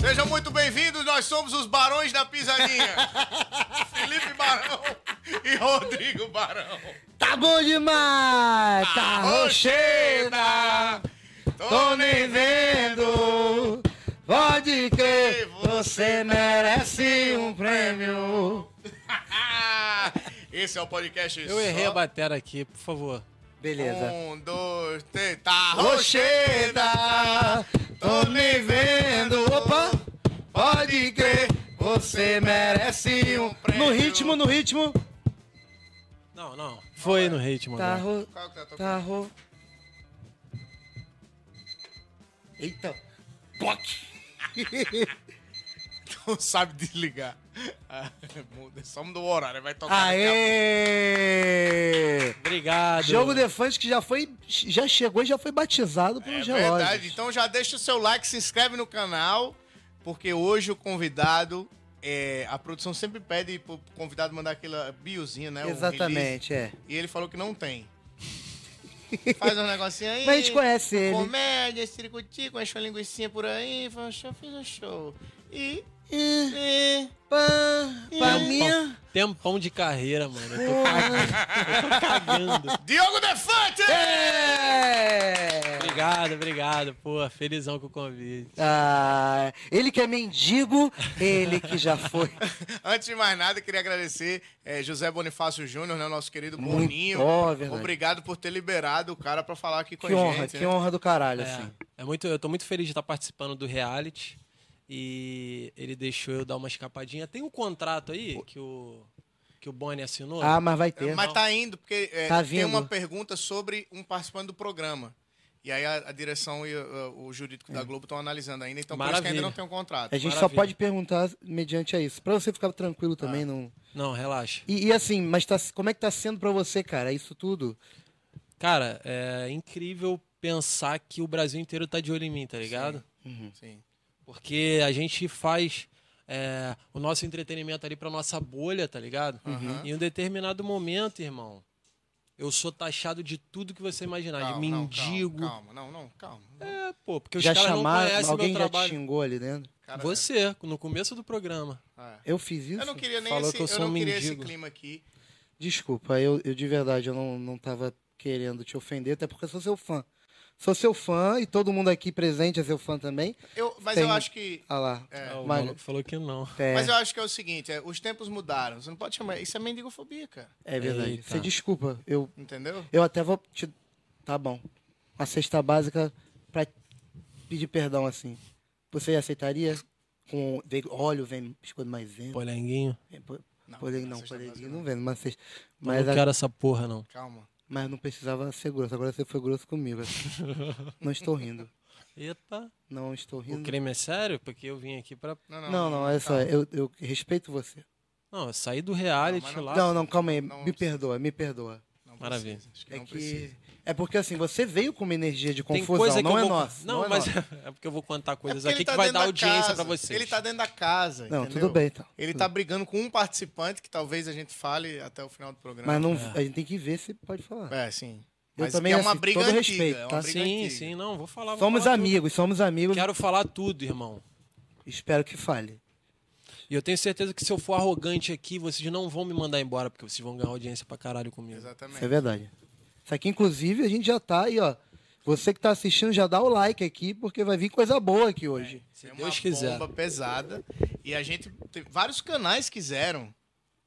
Sejam muito bem-vindos, nós somos os Barões da Pisadinha. Felipe Barão e Rodrigo Barão. Tá bom demais! Tá Roxena, Tô me vendo, pode crer, você merece um prêmio. Esse é o podcast Eu errei só- a batera aqui, por favor. Beleza. Um, dois, três, tá Rocheda, tô me vendo, opa, pode crer, você merece um prêmio. No ritmo, no ritmo. Não, não. é. Foi no ritmo Tá, agora. ro, Qual que tá tocando? tá, ro. Eita. Poc. Não sabe desligar. Ah, muda, Só mudou o horário, vai tocar. daqui Aê! Obrigado. Jogo Defante que já foi, já chegou e já foi a- batizado um É pelos relógios. verdade, então já deixa o seu like, se inscreve no canal, porque hoje o convidado, é, a produção sempre pede pro convidado mandar aquela biozinha, né? o release. Exatamente, é. E ele falou que não tem. Faz um negocinho aí. Mas a gente conhece Tá ele. Comédia, ciricutico, enche uma linguicinha por aí, faz um show, fez um show. E. E, e pá, pra mim, Tempão de carreira, mano. Eu tô, cagando. Diogo Defante! é! Obrigado, obrigado. Pô, felizão com o convite. Ah, ele que é mendigo, ele que já foi. Antes de mais nada, queria agradecer eh, José Bonifácio Júnior, né, nosso querido Muito- Boninho. ó, verdade. Obrigado por ter liberado o cara pra falar aqui com Que a honra, gente. que né? honra do caralho, assim. É, é muito, eu tô muito feliz de estar participando do reality. E ele deixou eu dar uma escapadinha. Tem um contrato aí que o, que o Boni assinou. Ah, mas vai ter. Mas tá indo, porque eh, Tá tem vindo. uma pergunta sobre um participante do programa. E aí a, a direção e uh, o jurídico da Globo estão analisando ainda, então por isso que ainda Maravilha. não tem um contrato. É. A gente só maravilha. Ah. pode perguntar mediante a isso. Pra você ficar tranquilo também, não. Não, relaxa. E, e assim, mas tá- como é que tá sendo pra você, cara? Isso tudo? Cara, é incrível pensar que o Brasil inteiro tá de olho em mim, tá ligado? Uhum. Sim. Porque a gente faz é, o nosso entretenimento ali pra nossa bolha, tá ligado? Uhum. Em um determinado momento, irmão, eu sou taxado de tudo que você imaginar, Calma, de não, mendigo. Calma, calma, não, não, calma. É, pô, porque os já caras não chamaram, conhecem alguém meu já te trabalho. xingou ali dentro? Cara, Você, no começo do programa. é. Eu fiz isso? Eu não queria nem Falou esse, que eu eu sou não um queria esse mendigo. clima aqui. Desculpa, eu, eu de verdade eu não, não tava querendo te ofender, até porque eu sou seu fã. Sou seu fã e todo mundo aqui presente é seu fã também. Eu, mas Tem- eu acho que Ah lá. É Ah, o mas- maluco falou que não. É, Mas eu acho que é o seguinte, é, os tempos mudaram. Você não pode chamar. Isso é mendigofobia, cara. é verdade. Eita. Você desculpa. Eu, Entendeu? eu até vou te. Tá bom. A cesta básica pra pedir perdão assim. Você aceitaria? Com vem- óleo, vem biscoito maisena. Polenguinho. vem po- Não, Polengue na não, cesta polengue básica não não. vem, mas, cesta- Mas mas, não a- quero essa porra, não. Calma. mas não precisava ser grosso. Agora você foi grosso comigo. assim. não estou rindo. Eita. Não estou rindo. O crime é sério? Porque eu vim aqui pra. Não, tá. Não, não, olha só, eu, eu respeito você. Não, eu saí do reality Não, mas não- lá. não, não, calma aí, não, não me precisa. perdoa, me perdoa. Não Maravilha. precisa, acho que É não que precisa. é porque assim, você veio com uma energia de Tem confusão, coisa que não eu é vou... nossa. Não, é mas nossa. é porque eu vou contar coisas porque aqui ele que tá vai dentro dar da audiência casa. pra vocês. Ele tá dentro da casa. Não, entendeu? tudo bem então. Ele tá brigando com um participante que talvez a gente fale até o final do programa. Mas não, É. a gente tem que ver se pode falar. É, sim. Eu Mas também, que é uma assim, briga todo antiga. respeito, é uma tá? briga Sim, antiga. sim, não, vou falar. vou Somos falar tudo. amigos, somos amigos. Quero falar tudo, irmão. Espero que fale. E eu tenho certeza que se eu for arrogante aqui, vocês não vão me mandar embora, porque vocês vão ganhar audiência pra caralho comigo. Isso é Exatamente. verdade. Isso aqui, inclusive, a gente já tá aí, ó. Você que tá assistindo, já dá o like aqui, porque vai vir coisa boa aqui hoje. Se É uma Deus quiser. bomba pesada. E a gente. Tem vários canais quiseram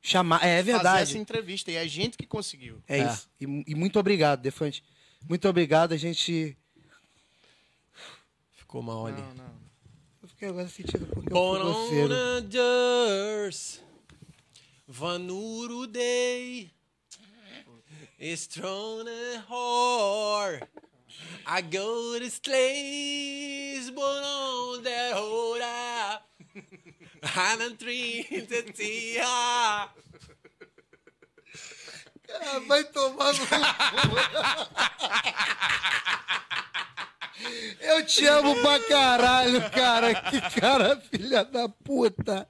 Chamar. É, é fazer assim. verdade. essa entrevista. E a gente que conseguiu. É, É. isso. E, mu- e muito obrigado, Defante. Muito obrigado. A gente. Ficou mal ali. Não, não. Eu fiquei agora sentindo um porque eu fui né? grosseiro. Bononaders, Vanuru Day, Strong and Whore, I go to slaves, Bonon de Hora, Hanan Trintetia. Ah, vai tomar no. cu. eu Eu te amo pra caralho, cara. Que cara, filha da puta.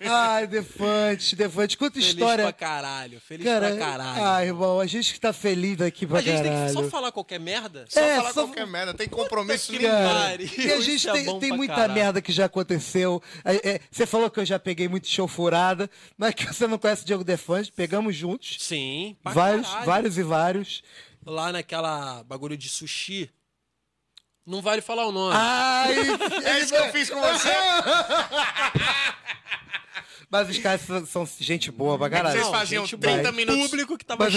Ai, Defante, Defante, quanta Feliz história. pra caralho. Feliz pra caralho. Ai, irmão, a gente que tá feliz daqui pra a gente caralho. tem que só falar qualquer merda? Só É, falar só- qualquer merda, tem compromisso que nenhum. pariu. Cara, Pare. e a Hoje gente tá tem, bom tem pra muita caralho. merda que já aconteceu. É, é, você falou que eu já peguei muito show furada, mas que você não conhece o Diego Defante, pegamos juntos. Sim. pra Vários, caralho. vários e vários. Lá naquela bagulho de sushi. Não vale falar o nome. Ah, Ai, É isso que eu fiz com você. mas os caras são, são gente boa pra É vocês caralho. fazem faziam gente, 30 o minutos. público que tava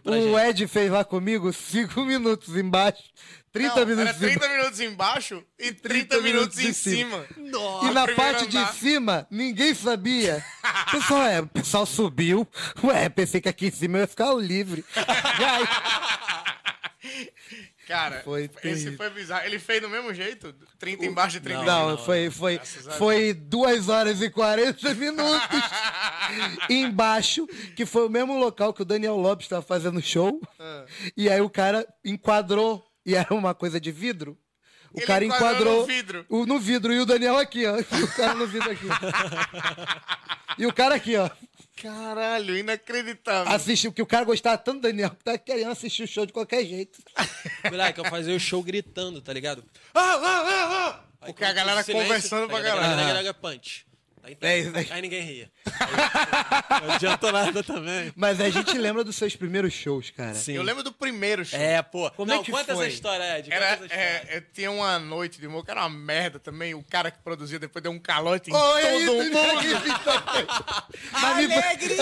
pra O gente. Ed fez lá comigo 5 minutos embaixo, 30 Não, minutos Era 30 embaixo. minutos embaixo e 30, minutos, em cima. Nossa. E na primeiro parte andar. de cima, ninguém sabia. O pessoal, é, o pessoal subiu. Ué, pensei que aqui em cima eu ia ficar livre. E aí, Cara, Foi esse terrível. foi bizarro. Ele fez do mesmo jeito? 30 embaixo e 30 em não, cima. foi, foi, Graças a Deus. foi 2 horas e 40 minutos embaixo, que foi o mesmo local que o Daniel Lopes estava fazendo show. Ah. E aí o cara enquadrou, e era uma coisa de vidro. O Ele cara enquadrou enquadrou no vidro. o- no vidro, e o Daniel aqui, ó. E o cara no vidro aqui. e o cara aqui, ó. Caralho, inacreditável. Assistiu, que o cara gostava tanto do Daniel que tá querendo assistir o show de qualquer jeito. é- Moleque, eu fazia o show gritando, tá ligado? Ah, ah, ah, ah. Aí Porque a quando galera o silêncio, conversando pra aí, aí, Ah. caralho. aí, aí, aí, aí, é punch. Aí, É isso aí. aí ninguém ria. Aí, não adiantou nada também. Mas a gente lembra dos seus primeiros shows, cara. Sim. Eu lembro do primeiro show. É, pô. Como não, é que conta foi? essa história, Ed. Conta Era, essa história. é, é, tinha uma noite de humor que era uma merda também. O cara que produzia depois deu um calote em todo Oi, aí, mundo. Mas me- Alegre!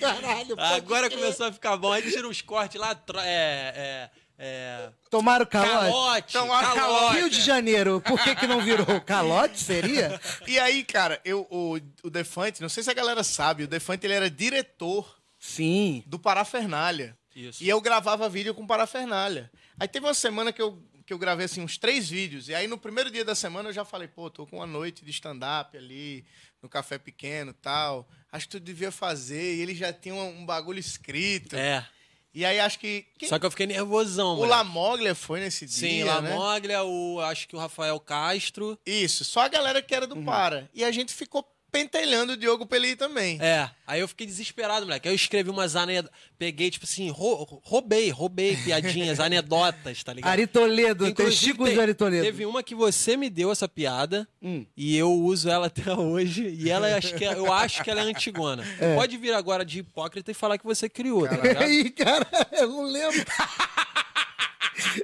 Caralho, pô. Agora começou a ficar bom. Aí tira uns cortes lá. tro- É. É. é Tomaram calote. calote. Tomaram Calote. é Rio de Janeiro, por que que não virou calote, seria? E aí, cara, eu, o, o Defante, não sei se a galera sabe, o Defante ele era diretor Sim. do Parafernália. Isso. E eu gravava vídeo com Parafernália. Aí teve uma semana que eu, que eu gravei assim, uns três vídeos. E aí no primeiro dia da semana eu já falei, pô, tô com uma noite de stand-up ali, no café pequeno e tal. Acho que tu devia fazer. E ele já tinha um, um bagulho escrito. É. E aí acho que. quem- Só que eu fiquei nervosão, o mano. Lamoglia foi nesse dia. Sim, né? Lamoglia, o, acho que o Rafael Castro. Isso, só a galera que era do Para. E a gente ficou pentelhando o Diogo pra ele ir também. É, aí eu fiquei desesperado, moleque. Aí eu escrevi umas anedotas. Peguei, tipo assim, rou- roubei, roubei piadinhas, anedotas, tá ligado? Ari Toledo, testículos te- de Ari Toledo. Teve uma que você me deu essa piada Hum. e eu uso ela até hoje. E ela acho que é- eu acho que ela é antigona. Pode vir agora de hipócrita e falar que você criou, tá ligado? Ih, cara, eu não lembro.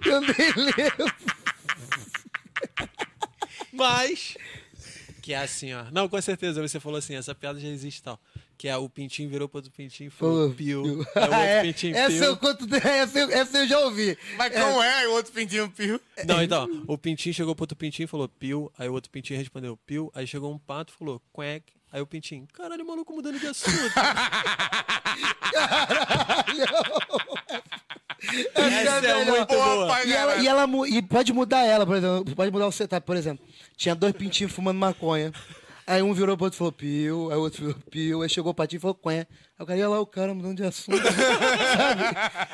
Eu nem lembro. Mas. Que é assim, ó. Não, com certeza, você falou assim, essa piada já existe e tal. Que é o pintinho virou pro outro pintinho e falou piu. Aí o outro É, pintinho essa, piu. eu conto, essa, eu, essa eu já ouvi. Mas como é? O outro pintinho pio. Não, então, o pintinho chegou pro outro pintinho e falou piu. Aí o outro pintinho respondeu piu. Aí chegou um pato e falou quack. Aí o pintinho, caralho, maluco mudando de assunto. essa é melhor. muito Boa, boa. pai, E ela, e galera. ela mu- e pode mudar ela, por exemplo. Pode mudar o setup, por exemplo. Tinha dois pintinhos fumando maconha. Aí um virou pro outro e falou piu, aí o outro virou piu, aí chegou o patinho e falou quen. Aí o cara ia lá, o cara mudando de assunto. Sabe?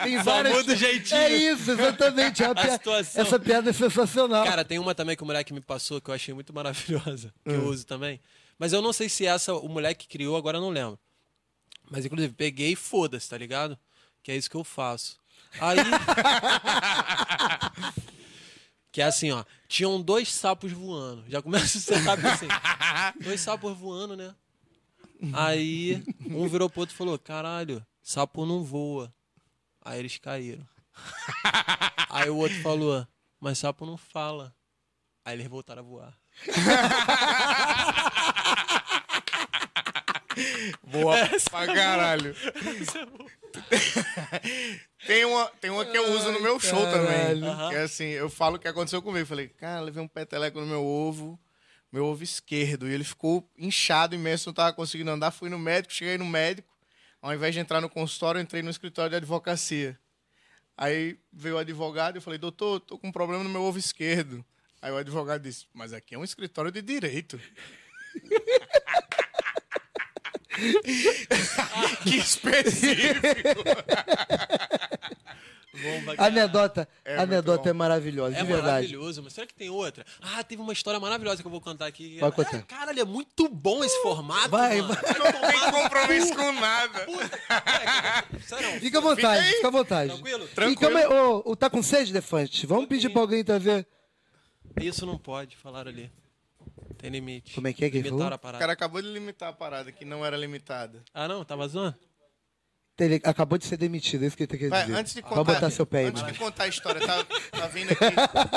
Tem Só muda o jeitinho. É isso, exatamente. É uma A pia- situação. Essa piada é sensacional. Cara, tem uma também que o moleque me passou que eu achei muito maravilhosa, que eu uso também. Mas eu não sei se essa o moleque criou, agora eu não lembro. Mas inclusive, peguei e foda-se, tá ligado? Que é isso que eu faço. Aí. que é assim, ó. Tinham dois sapos voando. Já começa o setup assim. Dois sapos voando, né? Aí um virou pro outro e falou: caralho, sapo não voa. Aí eles caíram. Aí o outro falou, mas sapo não fala. Aí eles voltaram a voar. Boa pra caralho. tem, uma, tem uma que eu uso no meu show também. caralho. Que é assim, eu falo o que aconteceu comigo. Falei, cara, levei um peteleco no meu ovo, meu ovo esquerdo. E ele ficou inchado imenso, não tava conseguindo andar. Fui no médico, cheguei no médico. Ao invés de entrar no consultório, eu entrei no escritório de advocacia. Aí veio o advogado e eu falei, doutor, tô com um problema no meu ovo esquerdo. Aí o advogado disse, mas aqui é um escritório de direito. que específico! Bom pra A anedota, É a muito anedota bom. é maravilhosa, É de verdade. maravilhoso, mas será que tem outra? Ah, teve uma história maravilhosa que eu vou contar aqui. Vai contar. É, caralho, é muito bom esse formato. vai, mano. vai. Não tem compromisso com nada. Sério, Fica à vontade, aí. fica à vontade. Tranquilo? E Tranquilo. calma aí, ô, ô, tá com sede, Defante? Vamos pedir pra alguém tá ver. Isso não pode, falaram ali. Tem limite. Como é que é que ele Limitaram falou? a O parada. cara acabou de limitar a parada, que não era limitada. Ah, não? Tava zoando? Ele acabou de ser demitido, é isso que ele quer Vai, dizer. antes de contar, Pode botar seu pé aí, antes mano. de contar a história, tá, tá vindo aqui.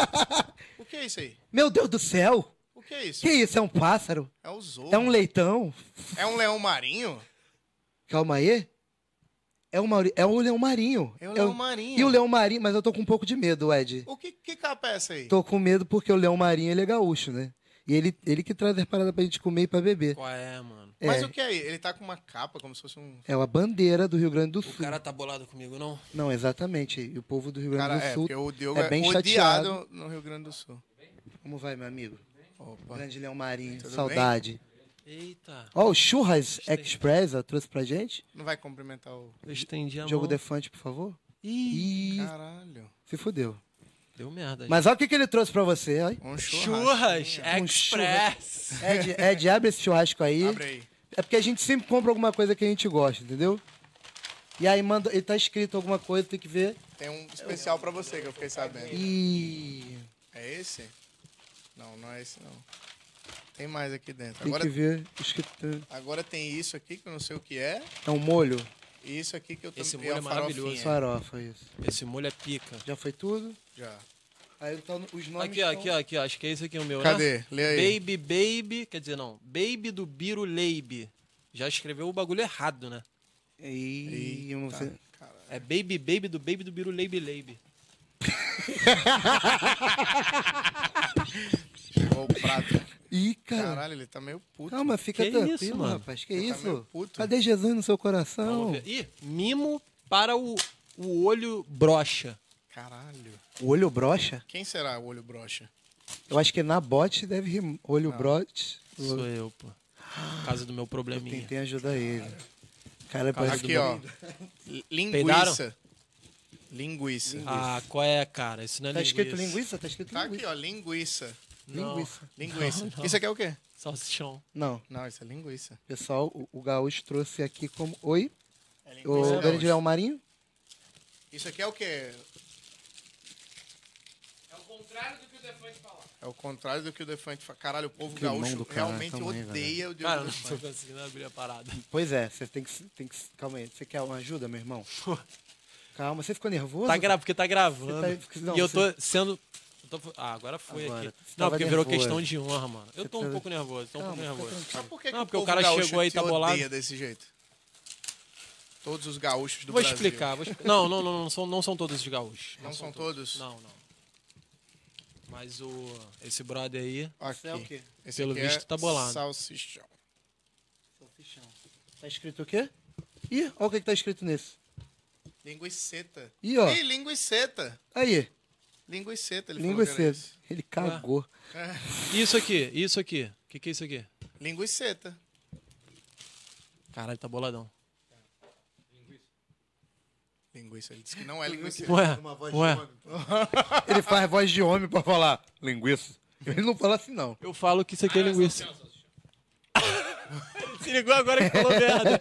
O que é isso aí? Meu Deus do céu! O que é isso? Que isso, é um pássaro? É o zorro. É um leitão? É um leão marinho? Calma aí. É um, mauri... é um leão marinho. É um leão marinho. E o leão marinho, mas eu tô com um pouco de medo, Ed. O que, que capa é essa aí? Tô com medo porque o leão marinho, ele é gaúcho, né? E ele, ele que traz as paradas pra gente comer e pra beber. Qual é, mano? Mas é. o que é aí? Ele tá com uma capa, como se fosse um... É uma bandeira do Rio Grande do Sul. O cara tá bolado comigo, não? Não, exatamente. E o povo do Rio Grande Cara, do é, Sul porque o Diogo é, é bem odiado chateado. no Rio Grande do Sul. Como vai, meu amigo? Opa. Grande Leão Marinho, Tudo saudade. Eita. Ó, o Churras Express, ó, trouxe pra gente. Não vai cumprimentar o... Eu estendi a Jogo mão. Defante, por favor. Tá Ih, Ih, Caralho. se fudeu. deu merda. Mas olha o que, que ele trouxe pra você, É ó. Um Churras churrasco. Um Express. Ed, Ed, abre esse churrasco aí. Abre aí. É porque a gente sempre compra alguma coisa que a gente gosta, entendeu? E aí manda. Ele tá escrito alguma coisa, tem que ver. Tem um especial pra você que eu fiquei sabendo. E. É esse? Não, não é esse não. Tem mais aqui dentro. Tem Agora, que ver. Escrito. agora tem isso aqui que eu não sei o que é. É um molho? E isso aqui que eu Esse também- molho é uma farofinha. maravilhoso. Farofa, isso. Esse molho é pica. Já foi tudo? Já. Aí então, os nomes. Aqui, ó, estão- aqui, ó, aqui, ó. Acho que é esse aqui o meu, né? Cadê? Lê aí. Baby, baby. Quer dizer, não. Baby do Biro Leibe. Já escreveu o bagulho errado, né? Ih, eu não sei. Caralho. É Baby, baby do Baby do Biro Leibe Leibe. Chegou o prato. Ih, cara. Caralho, ele tá meio puto. Calma, fica Que tranquilo, isso, mano? rapaz. Que Ele tá isso? meio puto. Cadê Jesus no seu coração? Vamos ver. Ih, mimo para o, o olho brocha. Caralho. O olho brocha? Quem será o olho brocha? Eu acho que na bote deve rir. Olho broche. Sou eu, pô. Por causa do meu probleminha. Tentei ajudar é ele. Cara, é parece Aqui, ó. L- Linguiça. Peidaram? Linguiça. Ah, qual é, cara? Isso não é Tá linguiça. escrito linguiça? Tá escrito Tá aqui, linguiça. ó. Linguiça. Não. Linguiça. Linguiça. Não, não. Isso aqui é o quê? Salsichão. Não, Não, isso é linguiça. pessoal, o, o Gaúcho trouxe aqui como. Oi? É O Grande Leão Marinho? Isso aqui é o quê? É o contrário do que o Defante fala. Caralho, o povo Que mão gaúcho do caralho, realmente calma aí, odeia o Diogo Cara, eu não Defante. tô conseguindo abrir a parada. Pois é, você tem que, tem que. Calma aí, você quer uma ajuda, meu irmão? Calma, você ficou nervoso? Tá gra... Porque tá gravando. Você tá- não, e eu tô você- sendo. eu tô- Ah, agora foi Agora, aqui. você Não, tava porque virou nervoso. questão de honra, mano. Eu tô um tava- pouco nervoso, tô um Calma, pouco fica nervoso. Mas por que, Não, que porque o povo cara gaúcho chegou aí, te tá bolado. odeia desse jeito? Todos os gaúchos do Vou Brasil. explicar. Vou... expli- Não, não, não, não são, não são todos os gaúchos. Não são todos? Não, não. Mas o. Esse brother aí. Aqui. é o quê? Esse Pelo aqui visto, é tá bolado. Salsichão. Tá escrito o quê? Ih, olha o que, que tá escrito nesse. Linguiceta. Ih, ó. Ih, linguiceta. Aí, Linguiceta, ele falou que era linguiceiro. isso. Ele cagou. Isso aqui, isso aqui. O que, que é isso aqui? Linguiceta. Caralho, tá boladão. Linguiça, ele disse que não é linguiça. Ué, ué. Ele faz voz de homem pra falar linguiça. Ele não fala assim, não. Eu falo que isso Ah, aqui é linguiça. assim, Ele se ligou agora que falou merda.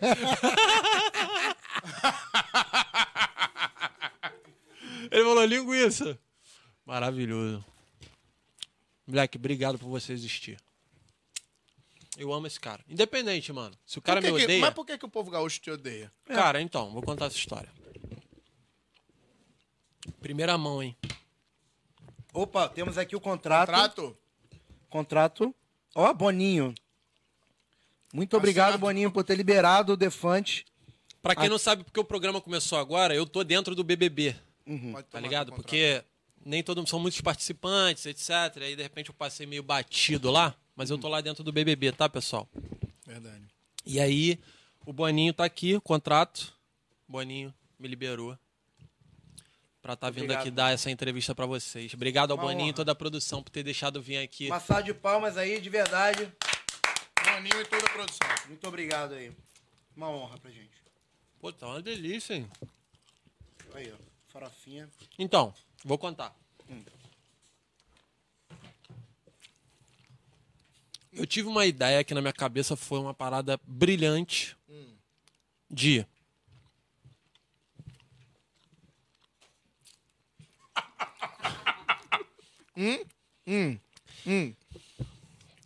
Ele falou linguiça. Maravilhoso. Moleque, obrigado por você existir. Eu amo esse cara. Independente, mano. Se o cara Por que me que- odeia. Mas por É. que, que o povo gaúcho te odeia? Cara, então, vou contar essa história. Primeira mão, hein? Opa, temos aqui o contrato. Trato? Contrato. Ó, Boninho. Muito obrigado, Assinado. Boninho, por ter liberado o Defante. Pra quem não sabe porque o programa começou agora, eu tô dentro do BBB, Uhum. Pode tá tomar ligado? teu contrato. Porque nem todo mundo, são muitos participantes, etc. Aí de repente eu passei meio batido lá, mas eu tô lá dentro do BBB, tá, pessoal? Verdade. E aí o Boninho tá aqui, contrato. Boninho me liberou pra tá vindo Obrigado. aqui dar essa entrevista pra vocês. Obrigado ao Uma Boninho e honra. toda a produção por ter deixado eu vir aqui. Uma salva de palmas aí, de verdade. Boninho e toda a produção. Muito obrigado aí. Uma honra pra gente. Pô, tá uma delícia, hein? Aí, ó. Farofinha. Hum. Então, vou contar. Eu tive uma ideia que na minha cabeça foi uma parada brilhante Hum. de.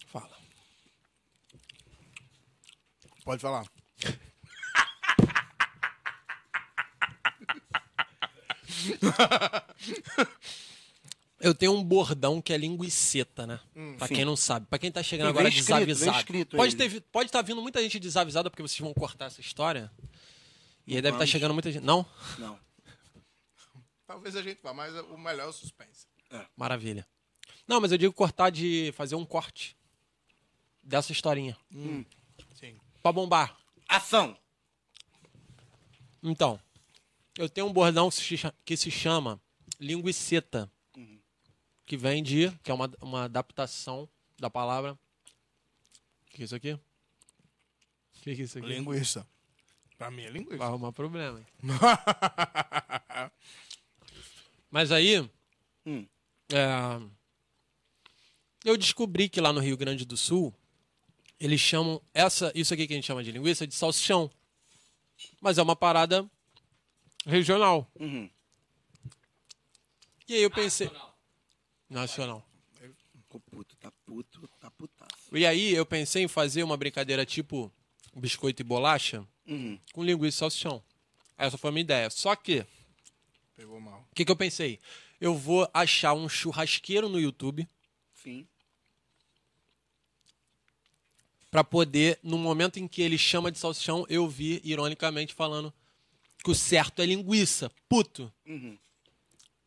Fala. Pode falar. Eu tenho um bordão que é linguiceta, né? pra quem não sabe. Pra quem tá chegando Hum, Sim, agora vem escrito, vem desavisado. escrito pode ele. estar pode tá vindo muita gente desavisada porque vocês vão cortar essa história. E aí deve estar chegando muita gente. Não? Não. Talvez a gente vá, mas o melhor é o suspense. Maravilha. Não, mas eu digo cortar de fazer um corte dessa historinha. Sim. Pra bombar. Ação! Então, eu tenho um bordão que se cha- que se chama linguiceta. Que vem de. que é uma, uma adaptação da palavra. O que é isso aqui? O que é isso aqui? Linguiça. Pra mim é Vai linguiça. arrumar problema. hein? Mas aí. Hum. é, eu descobri que lá no Rio Grande do Sul, eles chamam essa, isso aqui que a gente chama de linguiça de salsichão. Mas é uma parada regional. Uhum. E aí eu pensei. Nacional. Ficou puto, tá puto, tá putaço. E aí eu pensei em fazer uma brincadeira tipo biscoito e bolacha Uhum. com linguiça e salsichão. Essa foi a minha ideia. Só que. Pegou mal. O que, que eu pensei? Eu vou achar um churrasqueiro no YouTube Sim. pra poder, no momento em que ele chama de salsichão, eu vi, ironicamente, falando que o certo é linguiça. Puto. Uhum.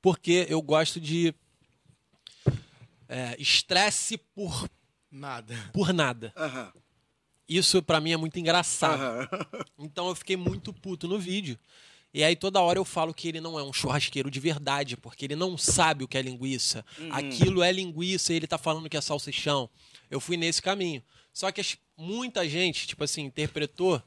Porque eu gosto de é, estresse por, Nada. por nada. Aham. Isso pra mim é muito engraçado. Aham. Então eu fiquei muito puto no vídeo. E aí toda hora eu falo que ele não é um churrasqueiro de verdade, porque ele não sabe o que é linguiça. Uhum. Aquilo é linguiça e ele tá falando que é salsichão. Eu fui nesse caminho. Só que as- muita gente, tipo assim, interpretou,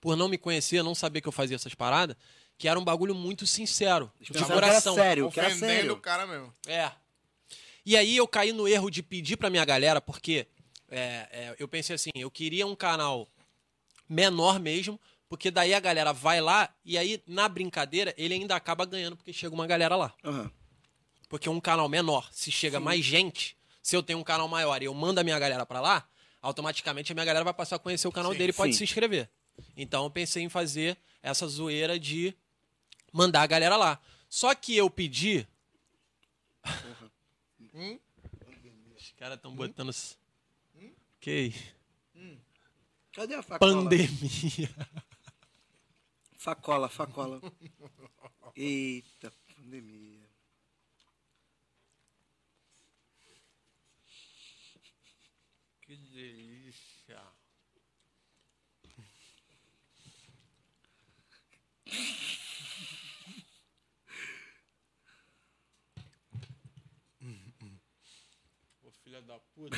por não me conhecer, não saber que eu fazia essas paradas, que era um bagulho muito sincero, de Pensaram que era coração. sério, que era Ofendendo sério. o cara mesmo. É. E aí eu caí no erro de pedir pra minha galera, porque é, é, eu pensei assim, eu queria um canal menor mesmo, porque daí a galera vai lá e aí na brincadeira ele ainda acaba ganhando porque chega uma galera lá. Aham. Porque um canal menor, se chega mais gente, se eu tenho um canal maior e eu mando a minha galera pra lá, automaticamente a minha galera vai passar a conhecer o canal Sim, dele e pode sim. se inscrever. Então eu pensei em fazer essa zoeira de mandar a galera lá. Só que eu pedi. Hum? Os caras estão botando. s- Que Cadê a facola? pandemia. Facola, facola. Eita, pandemia. Que delícia. Ô filha da puta.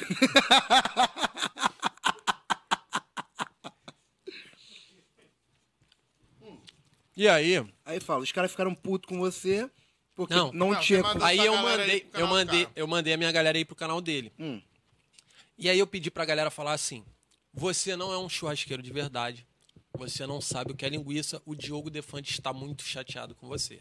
E aí? Aí fala, os caras ficaram putos com você porque não, Não. Não, tinha... você mandou- Aí essa eu galera aí mandei, pro eu canal do mandei, cara. eu mandei a minha galera ir pro canal dele. Hum. E aí eu pedi pra galera falar assim: "Você não é um churrasqueiro de verdade. Você não sabe o que é linguiça. O Diogo Defante está muito chateado com você."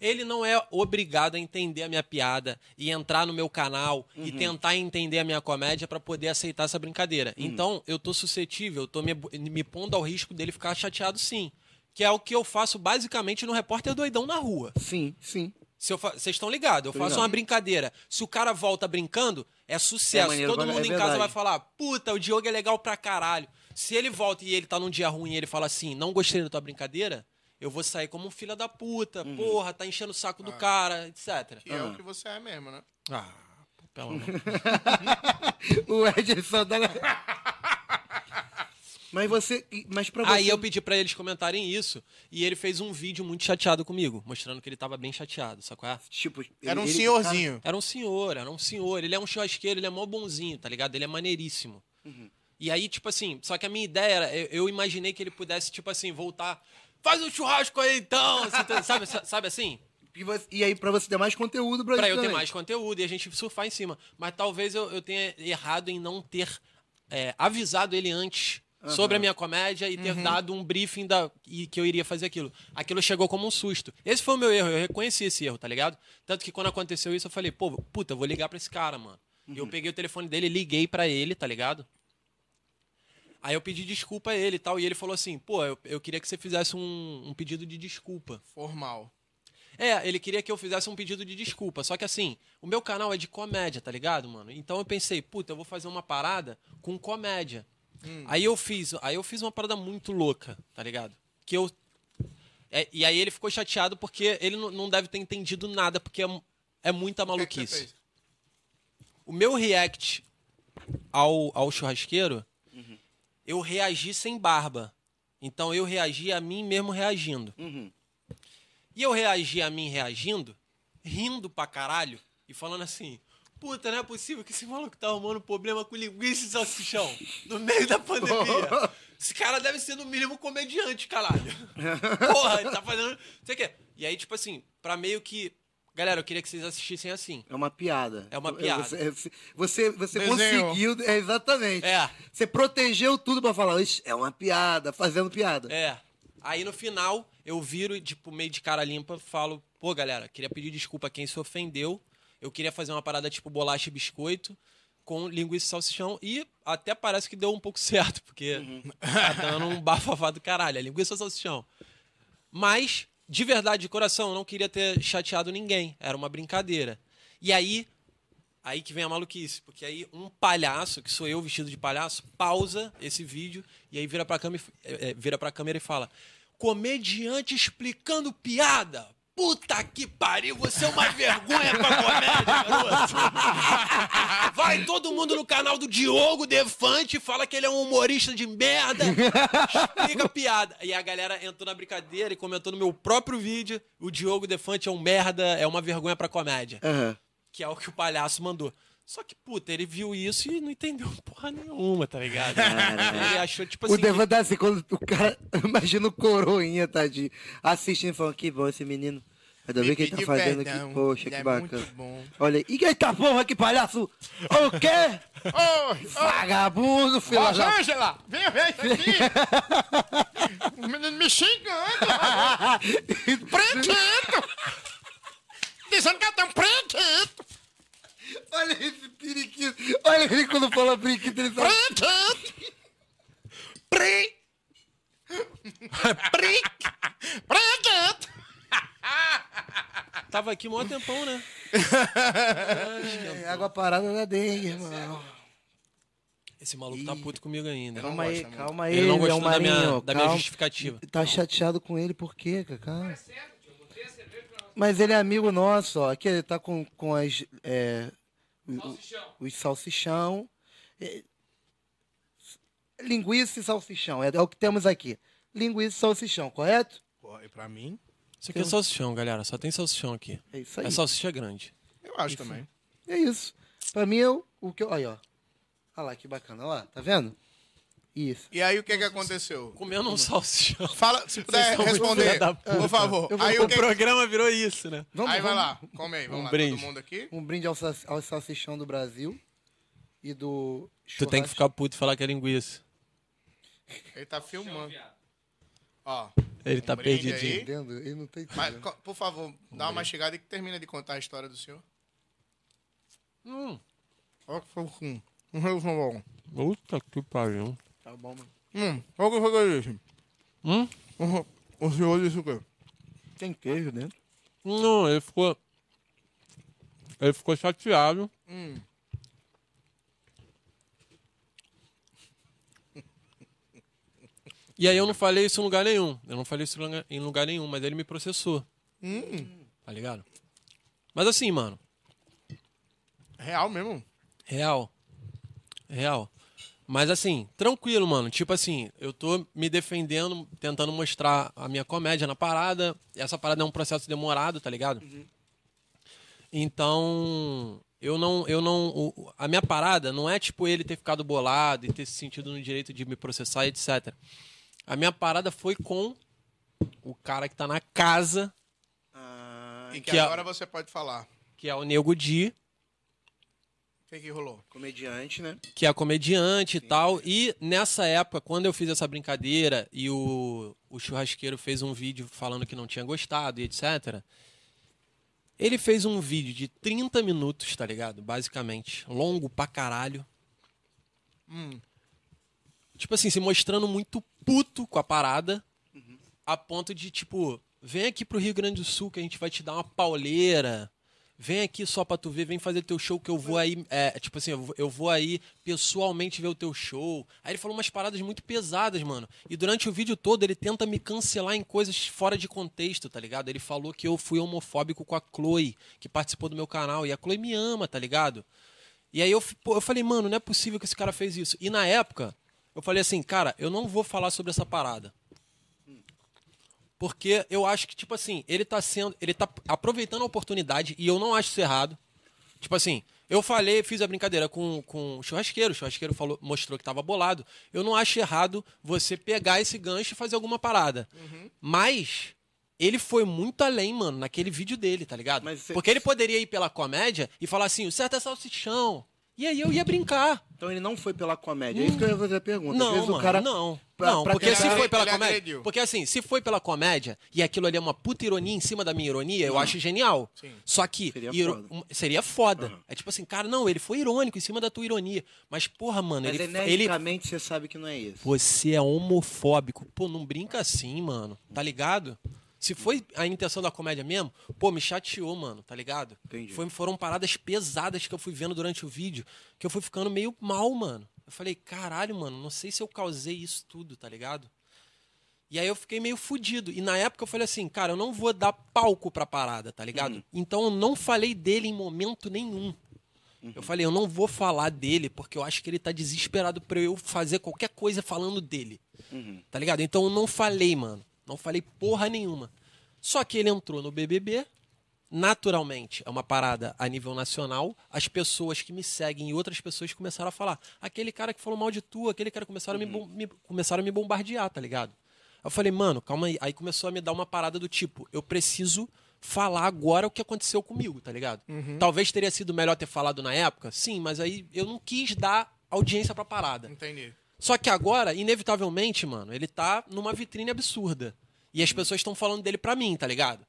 Ele não é obrigado a entender a minha piada e entrar no meu canal e tentar entender a minha comédia pra poder aceitar essa brincadeira. Então, eu tô suscetível, eu tô me, me pondo ao risco dele ficar chateado sim. Que é o que eu faço basicamente no Repórter Doidão na rua. Sim, sim. Se eu fa- Vocês estão ligados, eu Tô faço ligado. uma brincadeira. Se o cara volta brincando, é É sucesso. maneiro Todo pra- mundo é em casa verdade. vai falar: puta, o Diogo é legal pra caralho. Se ele volta e ele tá num dia ruim e ele fala assim: não gostei da tua brincadeira, eu vou sair como um filho da puta, Uhum. porra, tá enchendo o saco do cara, etc. Que é Ah. o que você é mesmo, né? Ah, pelo amor. O Edson da... Mas você... Mas pra você... Aí eu pedi pra eles comentarem isso e ele fez um vídeo muito chateado comigo, mostrando que ele tava bem chateado, sacou? é? Tipo, ele- Era um ele- senhorzinho. Era um senhor, era um senhor. Ele é um churrasqueiro, ele é mó bonzinho, tá ligado? Ele é maneiríssimo. E aí, tipo assim, só que a minha ideia era, eu, eu imaginei que ele pudesse, tipo assim, voltar faz um churrasco aí então. você tá- sabe, sabe assim? E, você- e aí, pra você ter mais conteúdo pra, Pra isso eu ter também. mais conteúdo e a gente surfar em cima. Mas talvez eu, eu tenha errado em não ter é, avisado ele antes sobre a minha comédia e ter dado um briefing da, e que eu iria fazer aquilo. Aquilo chegou como um susto. Esse foi o meu erro, eu reconheci esse erro, tá ligado? Tanto que quando aconteceu isso, eu falei, pô, puta, eu vou ligar pra esse cara, mano. E eu peguei o telefone dele, liguei pra ele, tá ligado? Aí eu pedi desculpa a ele e tal. E ele falou assim, pô, eu, eu queria que você fizesse um- um pedido de desculpa. Formal. É, ele queria que eu fizesse um pedido de desculpa. Só que assim, o meu canal é de comédia, tá ligado, mano? Então eu pensei, puta, eu vou fazer uma parada com comédia. Hum. Aí eu fiz, aí eu fiz uma parada muito louca, tá ligado? Que eu é, e aí ele ficou chateado porque ele não- não deve ter entendido nada, porque é, mu- é muita O que é que você maluquice. fez? O meu react ao, ao churrasqueiro, eu reagi sem barba. Então eu reagi a mim mesmo reagindo. E eu reagi a mim reagindo, rindo pra caralho e falando assim: Puta, não é possível que esse maluco tá arrumando problema com linguiça e salsichão no meio da pandemia. Esse cara deve ser no mínimo comediante, caralho. Porra, ele tá fazendo. não sei o quê. E aí, tipo assim, pra meio que. Galera, eu queria que vocês assistissem assim. É uma piada. É uma piada. Você, você, você Desenhou. conseguiu. É, exatamente. É. Você protegeu tudo pra falar, "Ixi, é uma piada, fazendo piada. É. Aí no final, eu viro, e, tipo, meio de cara limpa, falo, pô, galera, queria pedir desculpa a quem se ofendeu. Eu queria fazer uma parada tipo bolacha e biscoito com linguiça e salsichão. E até parece que deu um pouco certo, porque tá dando um bafafá do caralho. É linguiça e salsichão. Mas, de verdade, de coração, eu não queria ter chateado ninguém. Era uma brincadeira. E aí, aí que vem a maluquice. Porque aí um palhaço, que sou eu vestido de palhaço, pausa esse vídeo e aí vira pra, cama e f- é, é, vira pra câmera e fala: Comediante explicando piada! Puta que pariu, você é uma vergonha pra comédia, garoto! Vai todo mundo no canal do Diogo Defante, fala que ele é um humorista de merda, explica piada. E a galera entrou na brincadeira e comentou no meu próprio vídeo: o Diogo Defante é um merda, é uma vergonha pra comédia Aham. que é o que o palhaço mandou. Só que, puta, ele viu isso e não entendeu porra nenhuma, tá ligado? ele achou, tipo assim. o Devan tá assim, quando o cara. Imagina o coroinha, tadinho, assistindo e falando: que bom esse menino. Ainda bem que ele tá pedir fazendo perdão, aqui. Poxa, ele que é bacana. muito bom. Olha aí. E eita porra, que palhaço! O quê? Ô, Vagabundo, ô, filha da. Rosângela, vem ver isso aqui. o menino me xingando, prequito. Dizendo que eu tenho um prequito, Olha esse periquito. Olha ele quando fala periquito, ele fala. prequito. Pre... Pre... Prequito. Tava aqui mó tempão, né? É, água parada na dengue, é irmão. Esse maluco tá puto comigo ainda. Calma aí, calma aí. Ele não Leão gostou da minha, Marinho, da minha calma. justificativa. Tá chateado com ele por quê, Cacá? Mas ele é amigo nosso, ó. Aqui ele tá com, com as. É, o- o- Os salsichão. É, linguiça e salsichão. É, é o que temos aqui. Linguiça e salsichão, correto? Pô, e pra mim? Isso aqui é salsichão, galera. Só tem salsichão aqui. É isso aí. É salsicha grande. Eu acho também. É isso. Pra mim, eu, o que eu. Aí, ó. Olha lá, que bacana. Olha lá, tá vendo? Isso. E aí, o que que aconteceu? Comendo um salsichão. Fala, se puder são muito responder, filha da puta. por favor. Eu vou- Aí, o O que... que- programa virou isso, né? Vamos, aí vai vamos- lá, come aí, vamos Um lá, brinde. todo mundo aqui. Um brinde ao, sal- ao salsichão do Brasil e do. Tu tem que churrasco. ficar puto e falar que é linguiça. Ele tá filmando. Ó, Ele tá brinde perdidinho. aí. Entendendo? Ele não tem mas, co- por favor, dá uma chegada e que termina de contar a história do senhor. Hum. Olha que foi ruim. Não foi bom. Puta que pariu. Tá bom, mano. Hum, olha o que foi que eu disse. Hum? O, o senhor disse o quê? Tem queijo dentro. Não, ele ficou. Ele ficou chateado. E aí eu não falei isso em lugar nenhum. Eu não falei isso em lugar- em lugar nenhum, mas ele me processou. Tá ligado? Mas assim, mano, Real mesmo? real. Real. Mas assim, tranquilo, mano. Tipo assim, eu tô me defendendo, tentando mostrar a minha comédia na parada. Essa parada é um processo demorado, tá ligado? Então, eu não, eu não, o- o- a minha parada não é tipo ele ter ficado bolado e ter se sentido no direito de me processar, etc. A minha parada foi com o cara que tá na casa, Ah, E que, É. que a- agora você pode falar. que é o Nego Di, O que, que rolou? Comediante, né? que é comediante e tal. E nessa época, quando eu fiz essa brincadeira e o, o churrasqueiro fez um vídeo falando que não tinha gostado e etc. Ele fez um vídeo de 30 minutos, tá ligado? Basicamente. Longo pra caralho. Tipo assim, se mostrando muito puto com a parada. A ponto de, tipo, vem aqui pro Rio Grande do Sul que a gente vai te dar uma pauleira. Vem aqui só pra tu ver, vem fazer teu show que eu vou aí. é, tipo assim, eu vou- eu vou aí pessoalmente ver o teu show. Aí ele falou umas paradas muito pesadas, mano. E durante o vídeo todo ele tenta me cancelar em coisas fora de contexto, tá ligado? Ele falou que eu fui homofóbico com a Chloe, que participou do meu canal. E a Chloe me ama, tá ligado? E aí eu, f- pô, eu falei, mano, não é possível que esse cara fez isso. E na época, eu falei assim, cara, eu não vou falar sobre essa parada. Porque eu acho que, tipo assim, ele tá sendo. Ele tá aproveitando a oportunidade e eu não acho isso errado. Tipo assim, eu falei, fiz a brincadeira com, com o churrasqueiro, o churrasqueiro falou, mostrou que tava bolado. Eu não acho errado você pegar esse gancho e fazer alguma parada. Mas ele foi muito além, mano, naquele vídeo dele, tá ligado? Mas cê- Porque ele poderia ir pela comédia e falar assim, o certo é salsichão. E aí eu ia brincar. Então ele não foi pela comédia. É isso que eu ia fazer a pergunta. Às Não, vezes mano, o cara. não. pra- não, pra porque se tentar- foi pela Ele comédia. agrediu. Porque assim, se foi pela comédia e aquilo ali é uma puta ironia em cima da minha ironia, eu acho genial. Sim. Só Uhum. que Seria foda. Uhum. um- seria foda. Aham. É tipo assim, cara, não, ele foi irônico em cima da tua ironia. Mas, porra, mano, Mas é ele, ele. energicamente você sabe que não é isso. Você é homofóbico. Pô, não brinca assim, mano. Tá ligado? Se foi a intenção da comédia mesmo, pô, me chateou, mano, tá ligado? Entendi. Foi- foram paradas pesadas que eu fui vendo durante o vídeo, que eu fui ficando meio mal, mano. Eu falei, caralho, mano, não sei se eu causei isso tudo, tá ligado? E aí eu fiquei meio fudido. E na época eu falei assim, cara, eu não vou dar palco pra parada, tá ligado? Então eu não falei dele em momento nenhum. Eu falei, eu não vou falar dele, porque eu acho que ele tá desesperado pra eu fazer qualquer coisa falando dele. Tá ligado? Então eu não falei, mano. Não falei porra nenhuma. Só que ele entrou no BBB. Naturalmente, é uma parada a nível nacional. As pessoas que me seguem e outras pessoas começaram a falar. Aquele cara que falou mal de tu, aquele cara começaram, a, me bom- me, começaram a me bombardear, tá ligado? Eu falei, mano, calma aí. Aí começou a me dar uma parada do tipo, eu preciso falar agora o que aconteceu comigo, tá ligado? Talvez teria sido melhor ter falado na época, sim, mas aí eu não quis dar audiência pra parada. Entendi. Só que agora, inevitavelmente, mano, ele tá numa vitrine absurda. E as pessoas estão falando dele pra mim, tá ligado?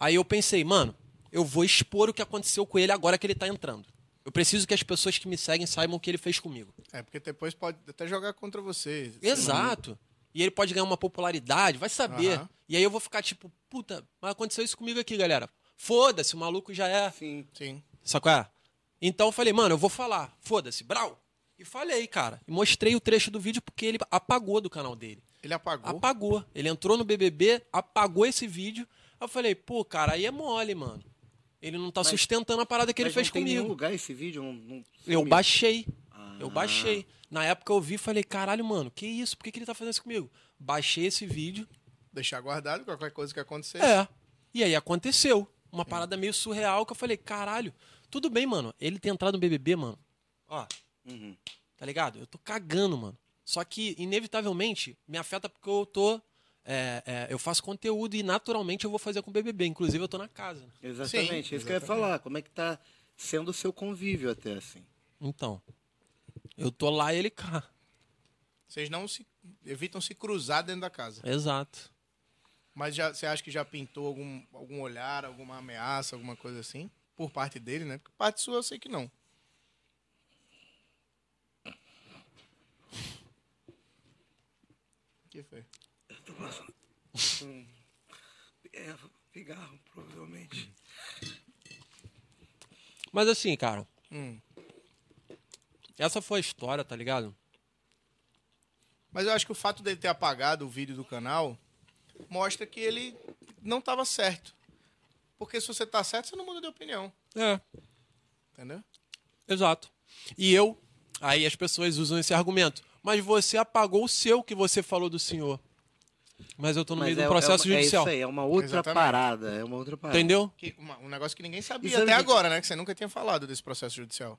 Aí eu pensei, mano, eu vou expor o que aconteceu com ele agora que ele tá entrando. Eu preciso que as pessoas que me seguem saibam o que ele fez comigo. É, porque depois pode até jogar contra você. Exato. E ele pode ganhar uma popularidade, vai saber. Aham. E aí eu vou ficar tipo, puta, mas aconteceu isso comigo aqui, galera. Foda-se, o maluco já é. Sim. Sim. Sabe qual é? Então eu falei, mano, eu vou falar. Foda-se, brau. E falei, cara. E mostrei o trecho do vídeo porque ele apagou do canal dele. Ele apagou. Apagou. Ele entrou no BBB, apagou esse vídeo. Aí eu falei, pô, cara, aí é mole, mano. Ele não tá Mas- sustentando a parada que ele Mas fez não tem nenhum comigo. lugar esse vídeo? Não, não Eu sumiu. baixei. Eu Ah. baixei. Na época eu vi e falei, caralho, mano, que isso? Por que, que ele tá fazendo isso comigo? Baixei esse vídeo. Deixar guardado qualquer coisa que acontecer. É. E aí aconteceu. Uma parada meio surreal que eu falei, caralho, tudo bem, mano. Ele ter entrado no BBB, mano. Ó, Uhum. tá ligado? Eu tô cagando, mano. Só que, inevitavelmente, me afeta porque eu tô. é, é, eu faço conteúdo e naturalmente eu vou fazer com o BBB. Inclusive, eu tô na casa. né? Exatamente, é isso que eu ia falar. Como é que tá sendo o seu convívio até assim? Então, eu tô lá e ele cá. Vocês não se evitam se cruzar dentro da casa. Exato. Mas já, você acha que já pintou algum, algum olhar, alguma ameaça, alguma coisa assim? Por parte dele, né? Porque parte sua eu sei que não. que foi? É, pigarro, provavelmente. Mas assim, cara, Hum. essa foi a história, tá ligado? Mas eu acho que o fato dele ter apagado o vídeo do canal mostra que ele não estava certo. Porque se você tá certo, você não muda de opinião. É. Entendeu? Exato. E eu, aí as pessoas usam esse argumento. Mas você apagou o seu que você falou do senhor. Mas eu tô no meio de um processo é, uma- judicial. É isso aí, é uma outra Exatamente. parada. É uma outra parada. Entendeu? Que, uma- um negócio que ninguém E sabia sabe até que- agora, né? Que você nunca tinha falado desse processo judicial.